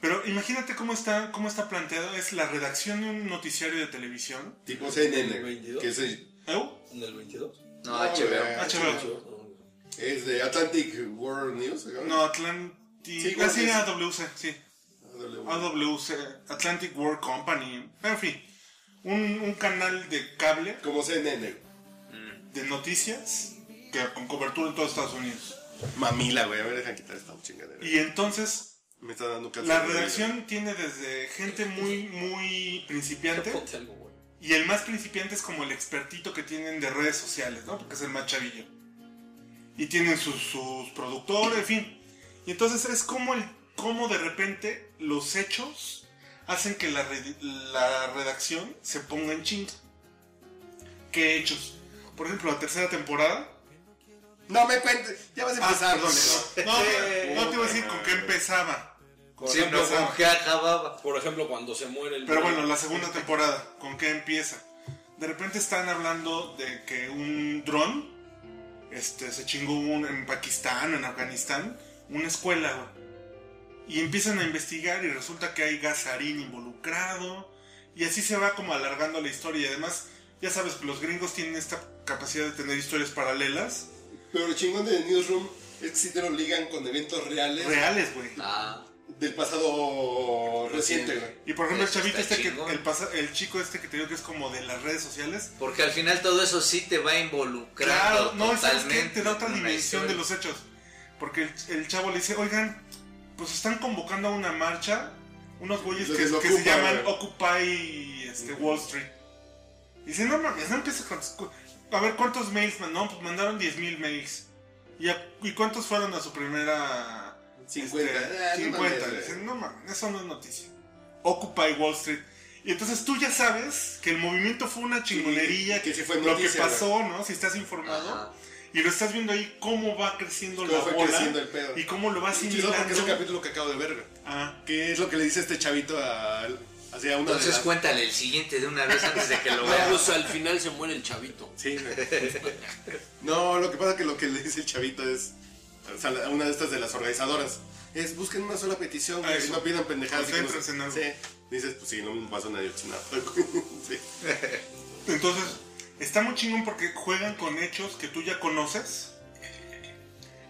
S3: Pero imagínate cómo está, cómo está planteado. Es la redacción de un noticiario de televisión.
S2: Tipo CNN, güey.
S1: 22.
S2: Que es, el- Ah,
S3: ¿Eu?
S1: ¿En el 22?
S4: No,
S2: No,
S4: HBO.
S2: güey.
S3: HBO.
S2: es de Atlantic World News, güey.
S3: No, Atlantic.
S2: Sí,
S3: ah,
S2: güey,
S3: sí,
S2: es-
S3: AWC, sí.
S2: Ándale, güey.
S3: AWC, Atlantic World Company. En fin, un, un canal de cable
S2: Como CNN, güey.
S3: de noticias que con cobertura en todos Estados Unidos.
S2: Mamila, güey. A ver, deja quitar esta chingadera.
S3: Y entonces
S2: Me está dando cáncer.
S3: La
S2: de oído.
S3: redacción tiene desde gente muy, muy principiante.
S1: Ponte algo, güey.
S3: Y el más principiante es como el expertito que tienen de redes sociales, ¿no? Porque es el más chavillo. Y tienen sus, sus productores, en fin. Y entonces es como, el, como de repente los hechos hacen que la, red- la redacción se ponga en chinga. ¿Qué hechos? Por ejemplo, la tercera temporada.
S2: No me cuentes. Ya vas a
S3: Ah,
S2: empezar,
S3: perdón.
S2: güey.
S3: No,
S4: [laughs]
S3: no, no te iba a decir con qué empezaba.
S1: Por
S4: Sí,
S1: ejemplo,
S4: no, ¿con qué acababa?
S1: Por ejemplo, cuando se muere el.
S3: Pero bueno, la segunda temporada, ¿con qué empieza? De repente están hablando de que un dron este, se chingó un- en Pakistán, en Afganistán, una escuela, güey. Y empiezan a investigar y resulta que hay gasarín involucrado. Y así se va como alargando la historia. Y además, ya sabes que los gringos tienen esta capacidad de tener historias paralelas.
S2: Pero lo chingón de Newsroom es que sí te lo ligan con eventos reales
S3: Reales, güey.
S4: Ah,
S2: del pasado reciente, güey.
S3: Y por ejemplo, el
S4: Eso
S3: chavito
S4: está
S3: este que...
S4: chingón.
S3: El, pasa- el chico este que te digo que es como de las redes sociales.
S4: porque al final todo eso sí te va involucrando
S3: Claro, no, ¿y ¿sabes qué?
S4: totalmente.
S3: Te da otra
S4: en una
S3: dimensión
S4: historia.
S3: de los hechos. Porque el, el chavo le dice, oigan, pues están convocando a una marcha unos güeyes que,
S2: Los de
S3: que se
S2: Occupy,
S3: llaman
S2: güey.
S3: Occupy este, Wall Street. Y dice, no mames, no empieces con... tus cu- A ver, ¿cuántos mails mandaron? Pues mandaron 10.000 mails. ¿Y, a- ¿Y cuántos fueron a su primera...
S2: 50?
S3: este,
S2: Ah, no
S3: 50.
S2: mames,
S3: Le
S2: güey.
S3: dicen, no mames, eso no es noticia. Occupy Wall Street. Y entonces tú ya sabes que el movimiento fue una chingonería,
S2: que sí fue
S3: lo que
S2: noticia, güey.
S3: pasó, ¿no? Si estás informado.
S4: Ajá.
S3: Y lo estás viendo ahí cómo va creciendo
S2: Cómo
S3: la
S2: fue
S3: bola
S2: creciendo el pedo.
S3: y cómo lo va
S2: Sí, no, porque es un
S3: asimilando.
S2: capítulo que acabo de ver, güey.
S3: Ah,
S2: Que es lo que le dice este chavito a, hacia una de
S4: Entonces
S2: las-
S4: cuéntale el siguiente de una vez antes de
S1: [laughs]
S4: que lo veas.
S1: Incluso Ah, pues, al final se muere el chavito.
S2: Sí, güey. No, lo que pasa que lo que le dice el chavito es. O sea, la- una de estas de las organizadoras. Es busquen una sola petición,
S3: Ah,
S2: güey,
S3: eso.
S2: no pidan pendejadas. y que no-
S3: Concéntrense en algo.
S2: Sí. Dices, pues sí, no me pasó nadie [laughs] sí.
S3: entonces está muy chingón porque juegan con hechos que tú ya conoces,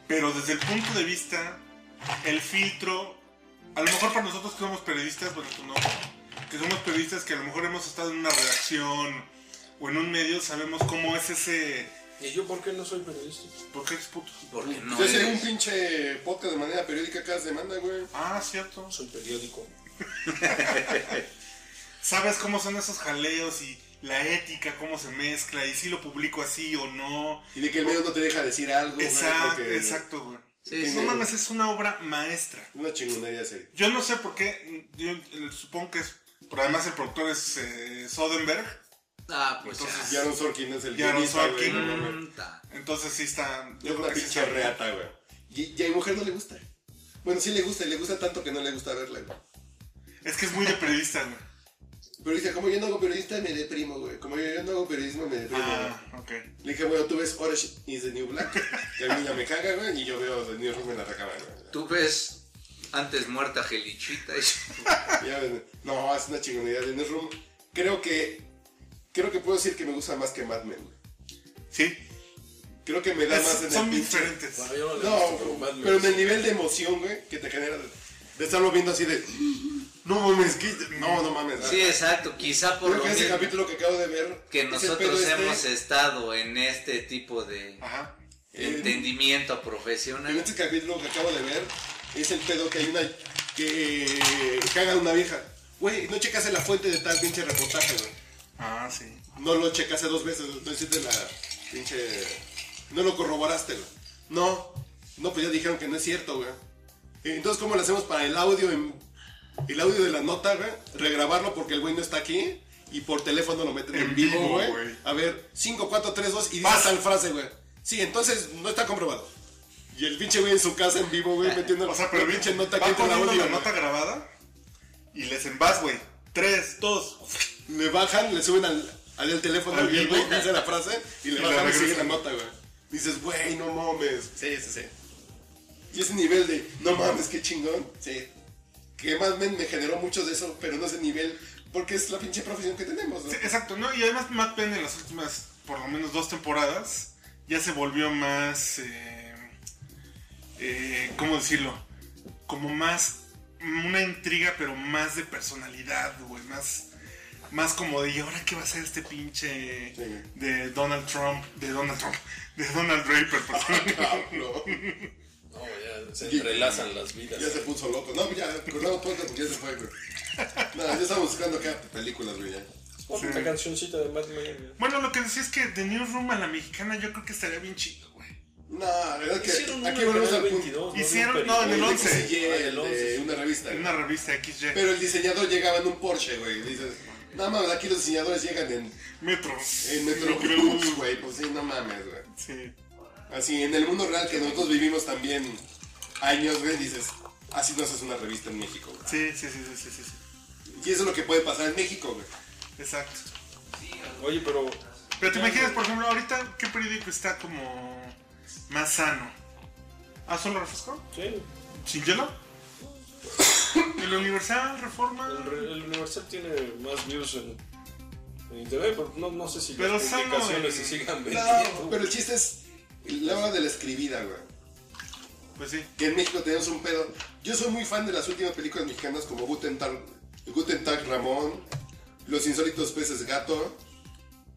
S3: pero desde el punto de vista, el filtro, a lo mejor para nosotros que somos periodistas, bueno, tú no, que somos periodistas que a lo mejor hemos estado en una redacción o en un medio, sabemos cómo es ese...
S1: ¿Y yo por qué no soy periodista?
S3: ¿Por qué eres puto?
S4: Porque no
S2: Yo sería
S4: eres-
S2: un pinche podcast de manera periódica cada semana, güey.
S3: Ah, cierto.
S1: Soy periódico.
S3: sabes cómo son esos jaleos y la ética, cómo se mezcla y si lo publico así o no.
S2: Y de que el medio no te deja decir algo, güey,
S3: Exacto,
S2: porque-
S3: exacto, güey.
S4: Sí, sí.
S3: No mames, es una obra maestra.
S2: Una chingonería serie.
S3: Yo no sé por qué, yo eh, supongo que es, pero además el productor es eh, Soderbergh,
S4: Ah, pues
S3: Entonces,
S4: ya.
S2: Yaron Sorkin es el
S3: Yaron
S2: guionista, güey,
S3: Sorkin.
S2: no mames.
S4: Mm, ta.
S3: entonces sí está...
S2: Yo
S3: creo
S2: una
S3: que sí
S2: pinche
S3: está-
S2: reata, güey. Y, y a mi mujer no le gusta. Bueno, sí le gusta, y le gusta tanto que no le gusta verla, güey.
S3: Es que es muy de periodista,
S2: [laughs]
S3: güey.
S2: Pero dice, como yo no hago periodista, me deprimo, güey. Como yo, yo no hago periodismo, me deprimo.
S3: Ah,
S2: güey.
S3: ok.
S2: Le dije, bueno, tú ves Orange is the New Black, [laughs] que a mí ya me caga, güey, y yo veo The New Room en la recámara, güey.
S4: Tú ves antes muerta Gelichita.
S3: [laughs]
S4: y-
S2: Ya ves, no, es una chingonidad. The New Room, creo que, creo que puedo decir que me gusta más que Mad Men, güey.
S3: Sí,
S2: Creo que me da
S3: Es-
S2: más en
S3: son
S2: el pinche.
S3: diferentes.
S1: Bueno, yo no le
S2: No,
S1: gusto, pero más me
S2: pero en
S1: gusta.
S2: el nivel de emoción, güey, que te genera de, de estarlo viendo así de. No mames, que- no, no mames.
S4: Sí, exacto. Quizá por
S2: Creo
S4: lo
S2: que ese
S4: mismo
S2: capítulo que acabo de ver.
S4: que
S2: ese
S4: nosotros
S2: pedo este,
S4: hemos estado en este tipo de
S3: Ajá. eh,
S2: en-
S4: entendimiento
S2: En
S4: profesional.
S2: este capítulo que acabo de ver es el pedo que hay una que eh, caga una vieja. Güey, no checase la fuente de tal pinche reportaje, güey.
S3: Ah, sí.
S2: No lo checase dos veces, no hiciste la pinche. No lo corroboraste, güey. No, no, pues ya dijeron que no es cierto, güey. Entonces, ¿cómo lo hacemos para el audio? en- el audio de la nota, güey, regrabarlo porque el güey no está aquí y por teléfono lo meten en,
S3: En
S2: vivo,
S3: vivo,
S2: güey.
S3: güey.
S2: A ver, 5, 4, 3, 2 y dice
S3: Pasa.
S2: tal frase, güey. Sí, entonces no está comprobado. Y el pinche güey en su casa en vivo, güey, metiendo
S3: Eh, O sea, pero
S2: la
S3: bien,
S2: pinche nota
S3: va
S2: aquí con
S3: poniendo
S2: audio.
S3: la
S2: güey.
S3: nota grabada y les envas, güey. Tres, dos.
S2: Le bajan, le suben al, al, del teléfono
S3: Al
S2: y el
S3: vivo.
S2: güey dice la frase y le
S3: Y la
S2: bajan y
S3: regresan.
S2: sigue la nota, güey. Dices, güey, no mames. Sí, sí, sí. Y ese nivel de, no mames, qué chingón. Sí. Que más me, me generó mucho de eso, pero no ese nivel, porque es la pinche profesión que tenemos, ¿no?
S3: Sí, exacto, ¿no? Y además Matt Penn en las últimas, por lo menos dos temporadas, ya se volvió más, eh, eh, ¿cómo decirlo? Como más, una intriga, pero más de personalidad, güey, más, más como de, ¿y ahora qué va a ser este pinche
S2: Sí.
S3: de Donald Trump, de Donald Trump, de Donald Draper,
S2: [laughs]
S3: perdón?
S2: Pablo.
S1: No, ya se entrelazan las vidas.
S2: Ya se puso loco. No, ya, cortamos pronto porque ya se fue, güey. No, ya estamos buscando acá películas, güey. ya.
S1: Ponme una cancioncita de Mad Men.
S3: bueno, lo que decía es que The Newsroom a la mexicana yo creo que estaría bien chido, güey.
S2: No, la verdad que
S1: Hicieron una
S2: aquí volvemos
S1: en el
S2: al punto.
S1: 22, ¿no?
S3: Hicieron-
S1: De un
S3: no, en
S2: El
S3: el
S1: periódico.
S3: 11.
S1: Ah,
S2: de
S1: el 11, sí.
S2: una revista.
S3: En
S2: güey.
S3: una revista XY,
S2: Pero el diseñador llegaba en un Porsche, güey. Dices, no mames, aquí los diseñadores llegan en,
S3: Metro.
S2: en Metrobús, güey. Pues sí, no mames, güey.
S3: Sí.
S2: Así, en el mundo real que nosotros vivimos también años, güey, dices, así no haces una revista en México, güey.
S3: Sí, sí, sí, sí, sí, sí, sí.
S2: Y eso es lo que puede pasar en México, güey.
S3: Exacto.
S1: Oye, pero.
S3: Pero te imaginas, por ejemplo, ahorita, ¿qué periódico está como más sano? ¿Ah, solo refresco?
S1: Sí,
S3: ¿Sin hielo? [coughs] ¿El Universal Reforma?
S1: el, re- el Universal tiene más views en, en internet, pero no, no sé si
S3: Pero
S1: las
S3: sano
S1: publicaciones
S3: en-
S1: se sigan vendiendo.
S2: No, pero el chiste es la hora de la escribida, güey.
S3: Pues sí.
S2: que en México tenemos un pedo. Yo soy muy fan de las últimas películas mexicanas como Guten Tag, Guten Tag Ramón, Los insólitos peces gato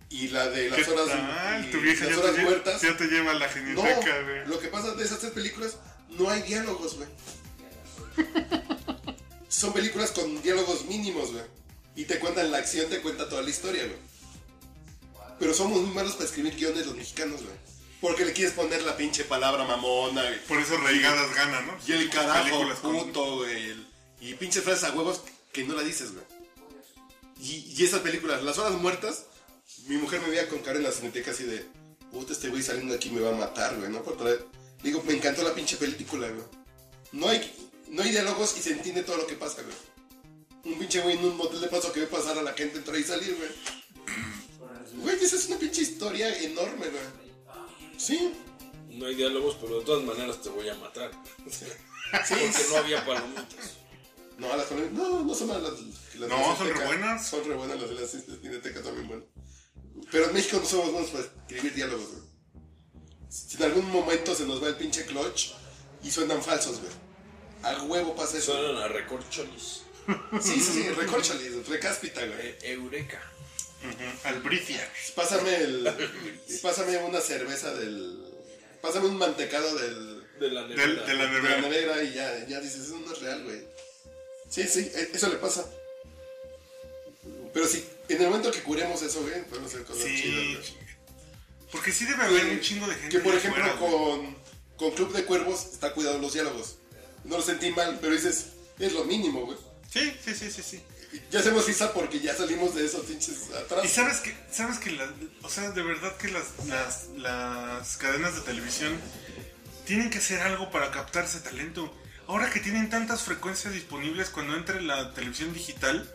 S2: y la de
S3: ¿Qué
S2: las horas,
S3: tal?
S2: y
S3: Tu vieja
S2: las
S3: ya
S2: horas
S3: te, lleva,
S2: muertas.
S3: ya te lleva a la
S2: No,
S3: geniteca, güey.
S2: lo que pasa de esas tres películas, no hay diálogos, güey. Son películas con diálogos mínimos, güey. Y te cuentan la acción, te cuenta toda la historia, güey. Pero somos muy malos para escribir guiones los mexicanos, güey. Porque le quieres poner la pinche palabra mamona, güey.
S3: Por eso Reigadas gana, ¿no?
S2: Y el carajo,
S3: Películas con-
S2: puto, güey. el- Y pinches frases a huevos que no la dices, güey. Y, y esas películas, Las Horas Muertas, mi mujer me veía con cara en la cineteca así de, puta, este güey saliendo de aquí me va a matar, güey, ¿no? Por traer. Digo, me encantó la pinche película, güey. No hay, no hay diálogos y se entiende todo lo que pasa, güey. Un pinche güey en un motel de paso que ve pasar a la gente entrar y salir, güey. [clears throat] Güey, esa es una pinche historia enorme, güey. Sí,
S1: No hay diálogos, pero de todas maneras te voy a matar. [laughs]
S2: sí,
S1: Porque no había palomitas.
S2: No, las palomitas. No, no son malas las, las
S3: No,
S2: de la
S3: son
S2: Cineteca.
S3: re buenas.
S2: Son re buenas las de la Cine- Cineteca, también buenas. Pero en México no somos buenos para escribir diálogos, güey. Si en algún momento se nos va el pinche clutch y suenan falsos, güey. A huevo pasa eso.
S1: Suenan a recorcholis.
S2: Sí, sí, sí, recórchale, recáspita, güey.
S1: E- Eureka.
S3: Ujú, Albricia.
S2: Pásame el. Pásame una cerveza del. Pásame un mantecado del.
S1: De la
S3: Del-
S1: nevera.
S3: de la
S2: de la
S3: nevera.
S2: nevera y ya, ya dices, eso no es real, güey. Sí, sí, e- eso le pasa. Pero sí, en el momento que curemos eso, güey, podemos hacer cosas
S3: Sí.
S2: chidas,
S3: Porque sí debe
S2: güey.
S3: haber un chingo de gente.
S2: Que por
S3: allá
S2: ejemplo
S3: afuera, güey.
S2: con, con Club de Cuervos está cuidado los diálogos. No lo sentí mal, pero dices, es lo mínimo, güey.
S3: Sí, sí, sí, sí, sí.
S2: Ya hacemos risa porque ya salimos de esos pinches
S3: Y
S2: atrás.
S3: sabes que, sabes que la- o sea, de verdad que las, las, las cadenas de televisión tienen que hacer algo para captar ese talento. Ahora que tienen tantas frecuencias disponibles cuando entre la televisión digital,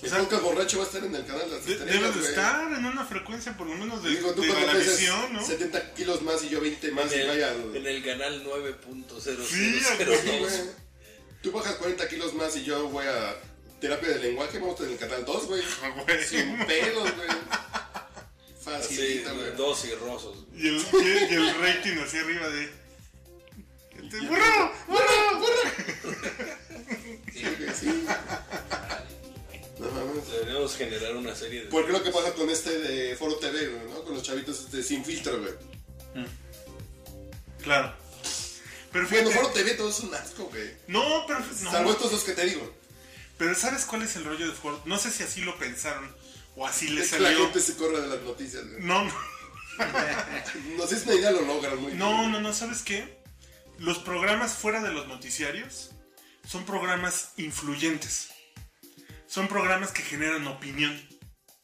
S2: El podcast borracho va a estar en el canal de las
S3: de-
S2: estrellas,
S3: debe de
S2: güey.
S3: estar en una frecuencia por lo menos de,
S2: Digo, tú
S3: de
S2: cuando
S3: la
S2: pesas
S3: visión, ¿no?
S2: 70 kilos más y yo 20 más
S1: En
S2: y
S1: el,
S2: vaya...
S1: en el canal 9.002.
S3: Sí,
S2: Sí, güey. Tú bajas 40 kilos más y yo voy a terapia de lenguaje, vamos en el canal 2, güey.
S3: Ah, güey.
S2: Sin pelos, güey.
S1: Así,
S2: Facilita, güey.
S1: dos cirrosos.
S3: Y el, y el- y el rating hacia arriba de. Este, ¡Burro! ¡Burro! ¡Burro!
S2: Sí. No mames.
S1: Deberíamos generar una serie de.
S2: Porque lo que pasa con este de Foro TV, güey, ¿no? Con los chavitos este, sin filtro, güey.
S3: Claro. Pero
S2: Bueno,
S3: fíjate.
S2: Foro TV todo es un asco, güey.
S3: No, pero. no.
S2: Salvo estos dos que te digo.
S3: Pero ¿sabes cuál es el rollo de Ford? No sé si así lo pensaron o así le
S2: Es que la
S3: salió.
S2: gente se corre de las noticias, güey.
S3: No, no.
S2: No sé si una idea lo logran muy
S3: No,
S2: bien.
S3: no, no, ¿sabes qué? Los programas fuera de los noticiarios son programas influyentes. Son programas que generan opinión.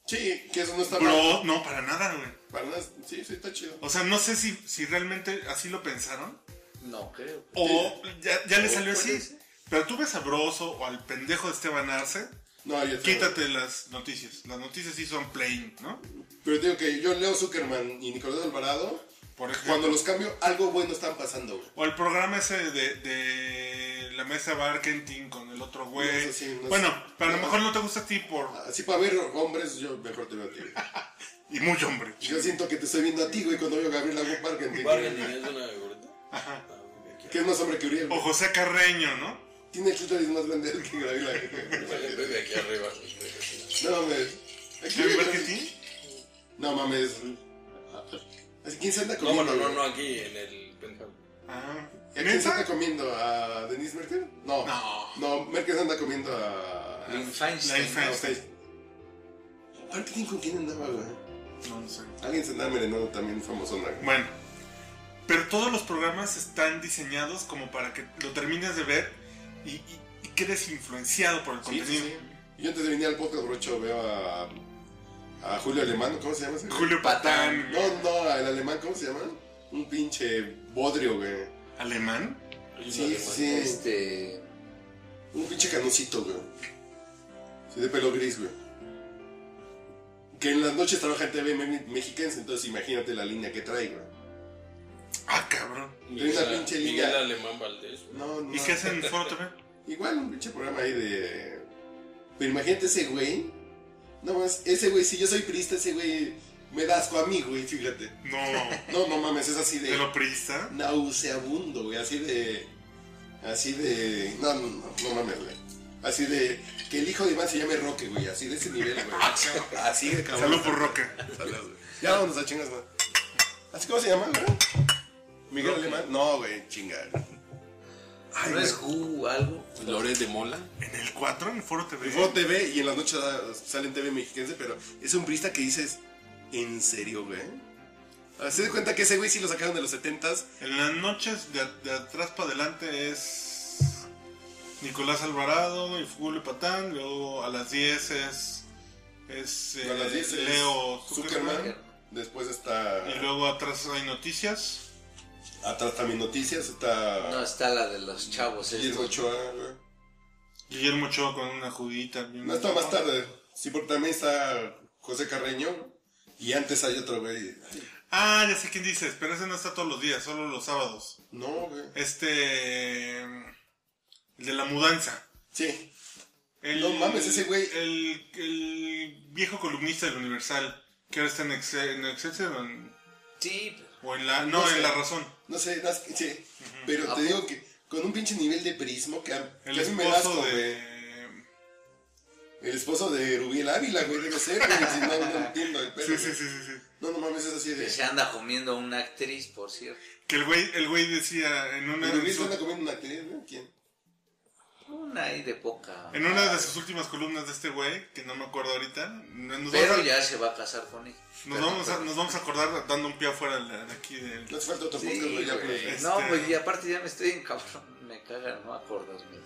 S2: Sí, que eso no está mal.
S3: Bro, no, para nada, güey.
S2: Para nada. Sí, sí, está chido.
S3: O sea, no sé si, si realmente así lo pensaron.
S4: No creo.
S3: O ya, ya le
S4: O
S3: salió
S4: puede
S3: así.
S4: ser.
S3: Pero tú ves a Broso o al pendejo de Esteban Arce.
S2: No, yo te-
S3: Quítate las noticias. Las noticias sí son plain, ¿no?
S2: Pero te digo que yo leo Zuckerman y Nicolás Alvarado.
S3: Por ejemplo.
S2: Cuando los cambio, algo bueno están pasando, güey.
S3: O el programa ese de, de la mesa Barkentin con el otro güey.
S2: No sé si- no
S3: bueno,
S2: sé. Ah,
S3: pero a lo
S2: No.
S3: mejor no te gusta a ti por...
S2: Así para ver hombres, yo mejor te veo a ti. güey.
S3: Y muy hombre.
S2: Yo siento que te estoy viendo a ti, güey, cuando veo a Gabriel Lago Parque.
S1: Bargaining es una gorrita. Ajá.
S2: Que es más hombre que Uriel.
S3: O
S2: güey.
S3: José Carreño, ¿no?
S2: Tiene el clítoris más grande que Gabriel Lago.
S1: Bebe aquí arriba.
S2: No mames. Aquí,
S3: ¿El
S2: güey,
S3: Barkentin?
S2: No mames. Así, ¿Quién se anda
S1: No,
S2: comiendo?
S1: bueno, no,
S2: güey?
S1: no, aquí en el penthouse.
S3: Ah.
S2: ¿A quién se anda
S3: ¿Neta?
S2: comiendo? ¿A Denise Merkel? No.
S3: No.
S2: No, Merkel se anda comiendo a.
S4: Feinstein.
S3: ah, Feinstein.
S2: a usted. Aparte, ¿quién con quién andaba, güey?
S3: No, no sé.
S2: Alguien se andaba merendando también famosona, güey.
S3: Bueno. Pero todos los programas están diseñados como para que lo termines de ver y, y- y quedes influenciado por el
S2: Sí, sí,
S3: contenido.
S2: sí. Y Yo antes de venir al podcast, brocho, veo a. a Julio Alemán, ¿cómo se llama ese? güey?
S3: Julio Patán.
S2: No, no, el alemán, ¿cómo se llama? Un pinche bodrio, güey.
S3: ¿Alemán?
S2: Sí, sí, sí.
S4: Este.
S2: Un pinche canucito, güey. Sí, de pelo gris, güey. Que en las noches trabaja en TV me- mexiquense, entonces imagínate la línea que trae, güey.
S3: Ah, cabrón.
S1: Miguel,
S2: Una pinche
S1: Miguel
S2: liga.
S1: Alemán Valdés.
S2: No, no.
S3: ¿Y qué hacen en Foro TV?
S2: [laughs] Igual un pinche programa ahí de. Pero imagínate ese güey. No más, ese güey, si yo soy priista, ese güey me da asco a mí, güey, fíjate.
S3: No.
S2: No, no mames, es así de.
S3: ¿De lo priista?
S2: nauseabundo, güey, así de. Así de. No, no, no, no mames, güey. Así de. Que el hijo de Iván se llame Roque, güey, así de ese nivel,
S3: [laughs]
S2: güey. Así de cabrón.
S3: Salud por Roque.
S2: Salud, güey. Ya vámonos a chingas, güey. ¿Así cómo se llama, güey? Miguel
S4: Roque.
S2: Alemán. No, güey, chinga. Ay,
S4: ¿No
S2: güey.
S4: es Gu algo?
S1: Loret de Mola.
S3: ¿En el 4? ¿En Foro TV?
S2: El Foro TV y en las noches salen TV mexiquense, pero es un prista que dices, ¿en serio, güey? Ah, Se da cuenta que ese güey sí lo sacaron de los 70s.
S3: En las noches de, de atrás para adelante es Nicolás Alvarado y Julio Patán. Luego a las 10 es, es
S2: A las 10
S3: eh,
S2: es
S3: Leo Zuckerman.
S2: Zuckerman. Después está.
S3: Y luego atrás hay noticias.
S2: Atrás también noticias, está.
S4: No, está la de los chavos.
S2: Y es
S4: estos.
S2: Ochoa, güey.
S3: Guillermo Ochoa con una judita. bien-
S2: No está más tarde. Sí, porque también está José Carreño. Y antes hay otro güey.
S3: Ah, ya sé quién dices, pero ese no está todos los días, solo los sábados.
S2: No, güey.
S3: Este. El de la mudanza.
S2: Sí.
S3: El-
S2: No mames, ese güey.
S3: El, el viejo columnista del Universal, que ahora está en Excel, en Excelsior o en-
S4: Sí, pero-
S3: o en la. No,
S2: No sé.
S3: en La Razón.
S2: No sé, no, sí. Pero te digo que con un pinche nivel de prismo que, a-
S3: El
S2: que a mí me da asco,
S3: esposo
S2: güey.
S3: de.
S2: El esposo de Rubiel Ávila, güey, debe ser, güey. si no, no entiendo el pedo.
S3: Sí, sí,
S2: güey.
S3: sí, sí, sí.
S2: No, no mames, es así de.
S4: que se anda comiendo una actriz, por cierto.
S3: Que el güey, el güey decía en una,
S2: ¿Pero
S3: de
S2: Rubiel se
S3: su-
S2: anda comiendo una actriz, güey? ¿Quién?
S4: Una ahí de poca.
S3: en una de
S2: Ah.
S3: sus últimas columnas de este güey, que no me acuerdo ahorita, no- nos,
S4: Pero
S3: vamos, a-
S4: ya se va a casar con él.
S3: nos, vamos a, nos vamos a acordar dando un pie afuera de, de aquí del.
S2: No hace falta otro
S4: Sí,
S2: podcast, güey, ya,
S4: güey.
S2: güey.
S4: No,
S3: Este-
S4: pues y aparte ya me estoy en cabrón. [laughs] Me cagan, no acordarme.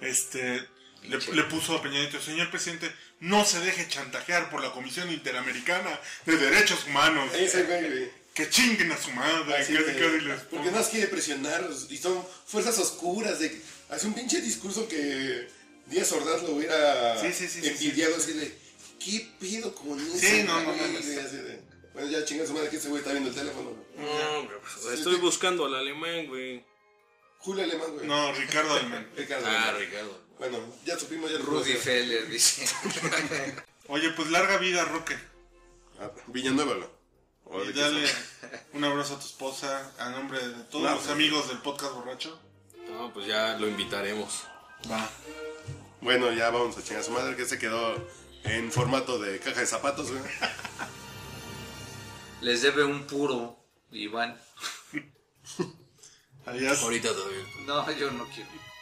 S3: Este. Le,
S4: Pinche.
S3: le puso a Peñanito, señor presidente, no se deje chantajear por la Comisión Interamericana de Derechos Humanos.
S2: Ese güey, güey.
S3: Que chinguen a su madre.
S2: Así
S3: casi,
S2: de-
S3: casi les
S2: porque no las quiere presionar y son fuerzas oscuras de hace un pinche discurso que Díaz Ordaz lo hubiera
S3: Sí, sí, sí, sí,
S2: envidiado así de ¿qué pedo con eso?
S3: no, no,
S2: güey?"
S3: no, no.
S2: Sí, así de, bueno ya chinga su madre que ese güey está viendo el teléfono güey.
S1: No, güey, pues, estoy buscando al alemán, güey.
S2: Julio Alemán güey
S3: No, Ricardo Almen.
S2: Ricardo
S1: Ah,
S2: Alemán.
S1: Ricardo.
S2: bueno ya supimos ya lo
S4: Rudy
S2: conocemos.
S4: Feller dice.
S3: Oye, pues larga vida, Roque.
S2: Ah, Villanueva güey. Ahora
S3: Y
S2: que
S3: dale
S2: sí.
S3: un abrazo a tu esposa a nombre de todos
S2: No,
S3: los
S2: no.
S3: amigos del podcast borracho.
S1: No, pues ya lo invitaremos.
S3: Va.
S2: Bueno, ya vamos a chingar a su madre que se quedó en formato de caja de zapatos, güey.
S4: [laughs] Les debe un puro, Iván.
S3: Adiós.
S1: Ahorita todavía.
S4: No, yo no quiero.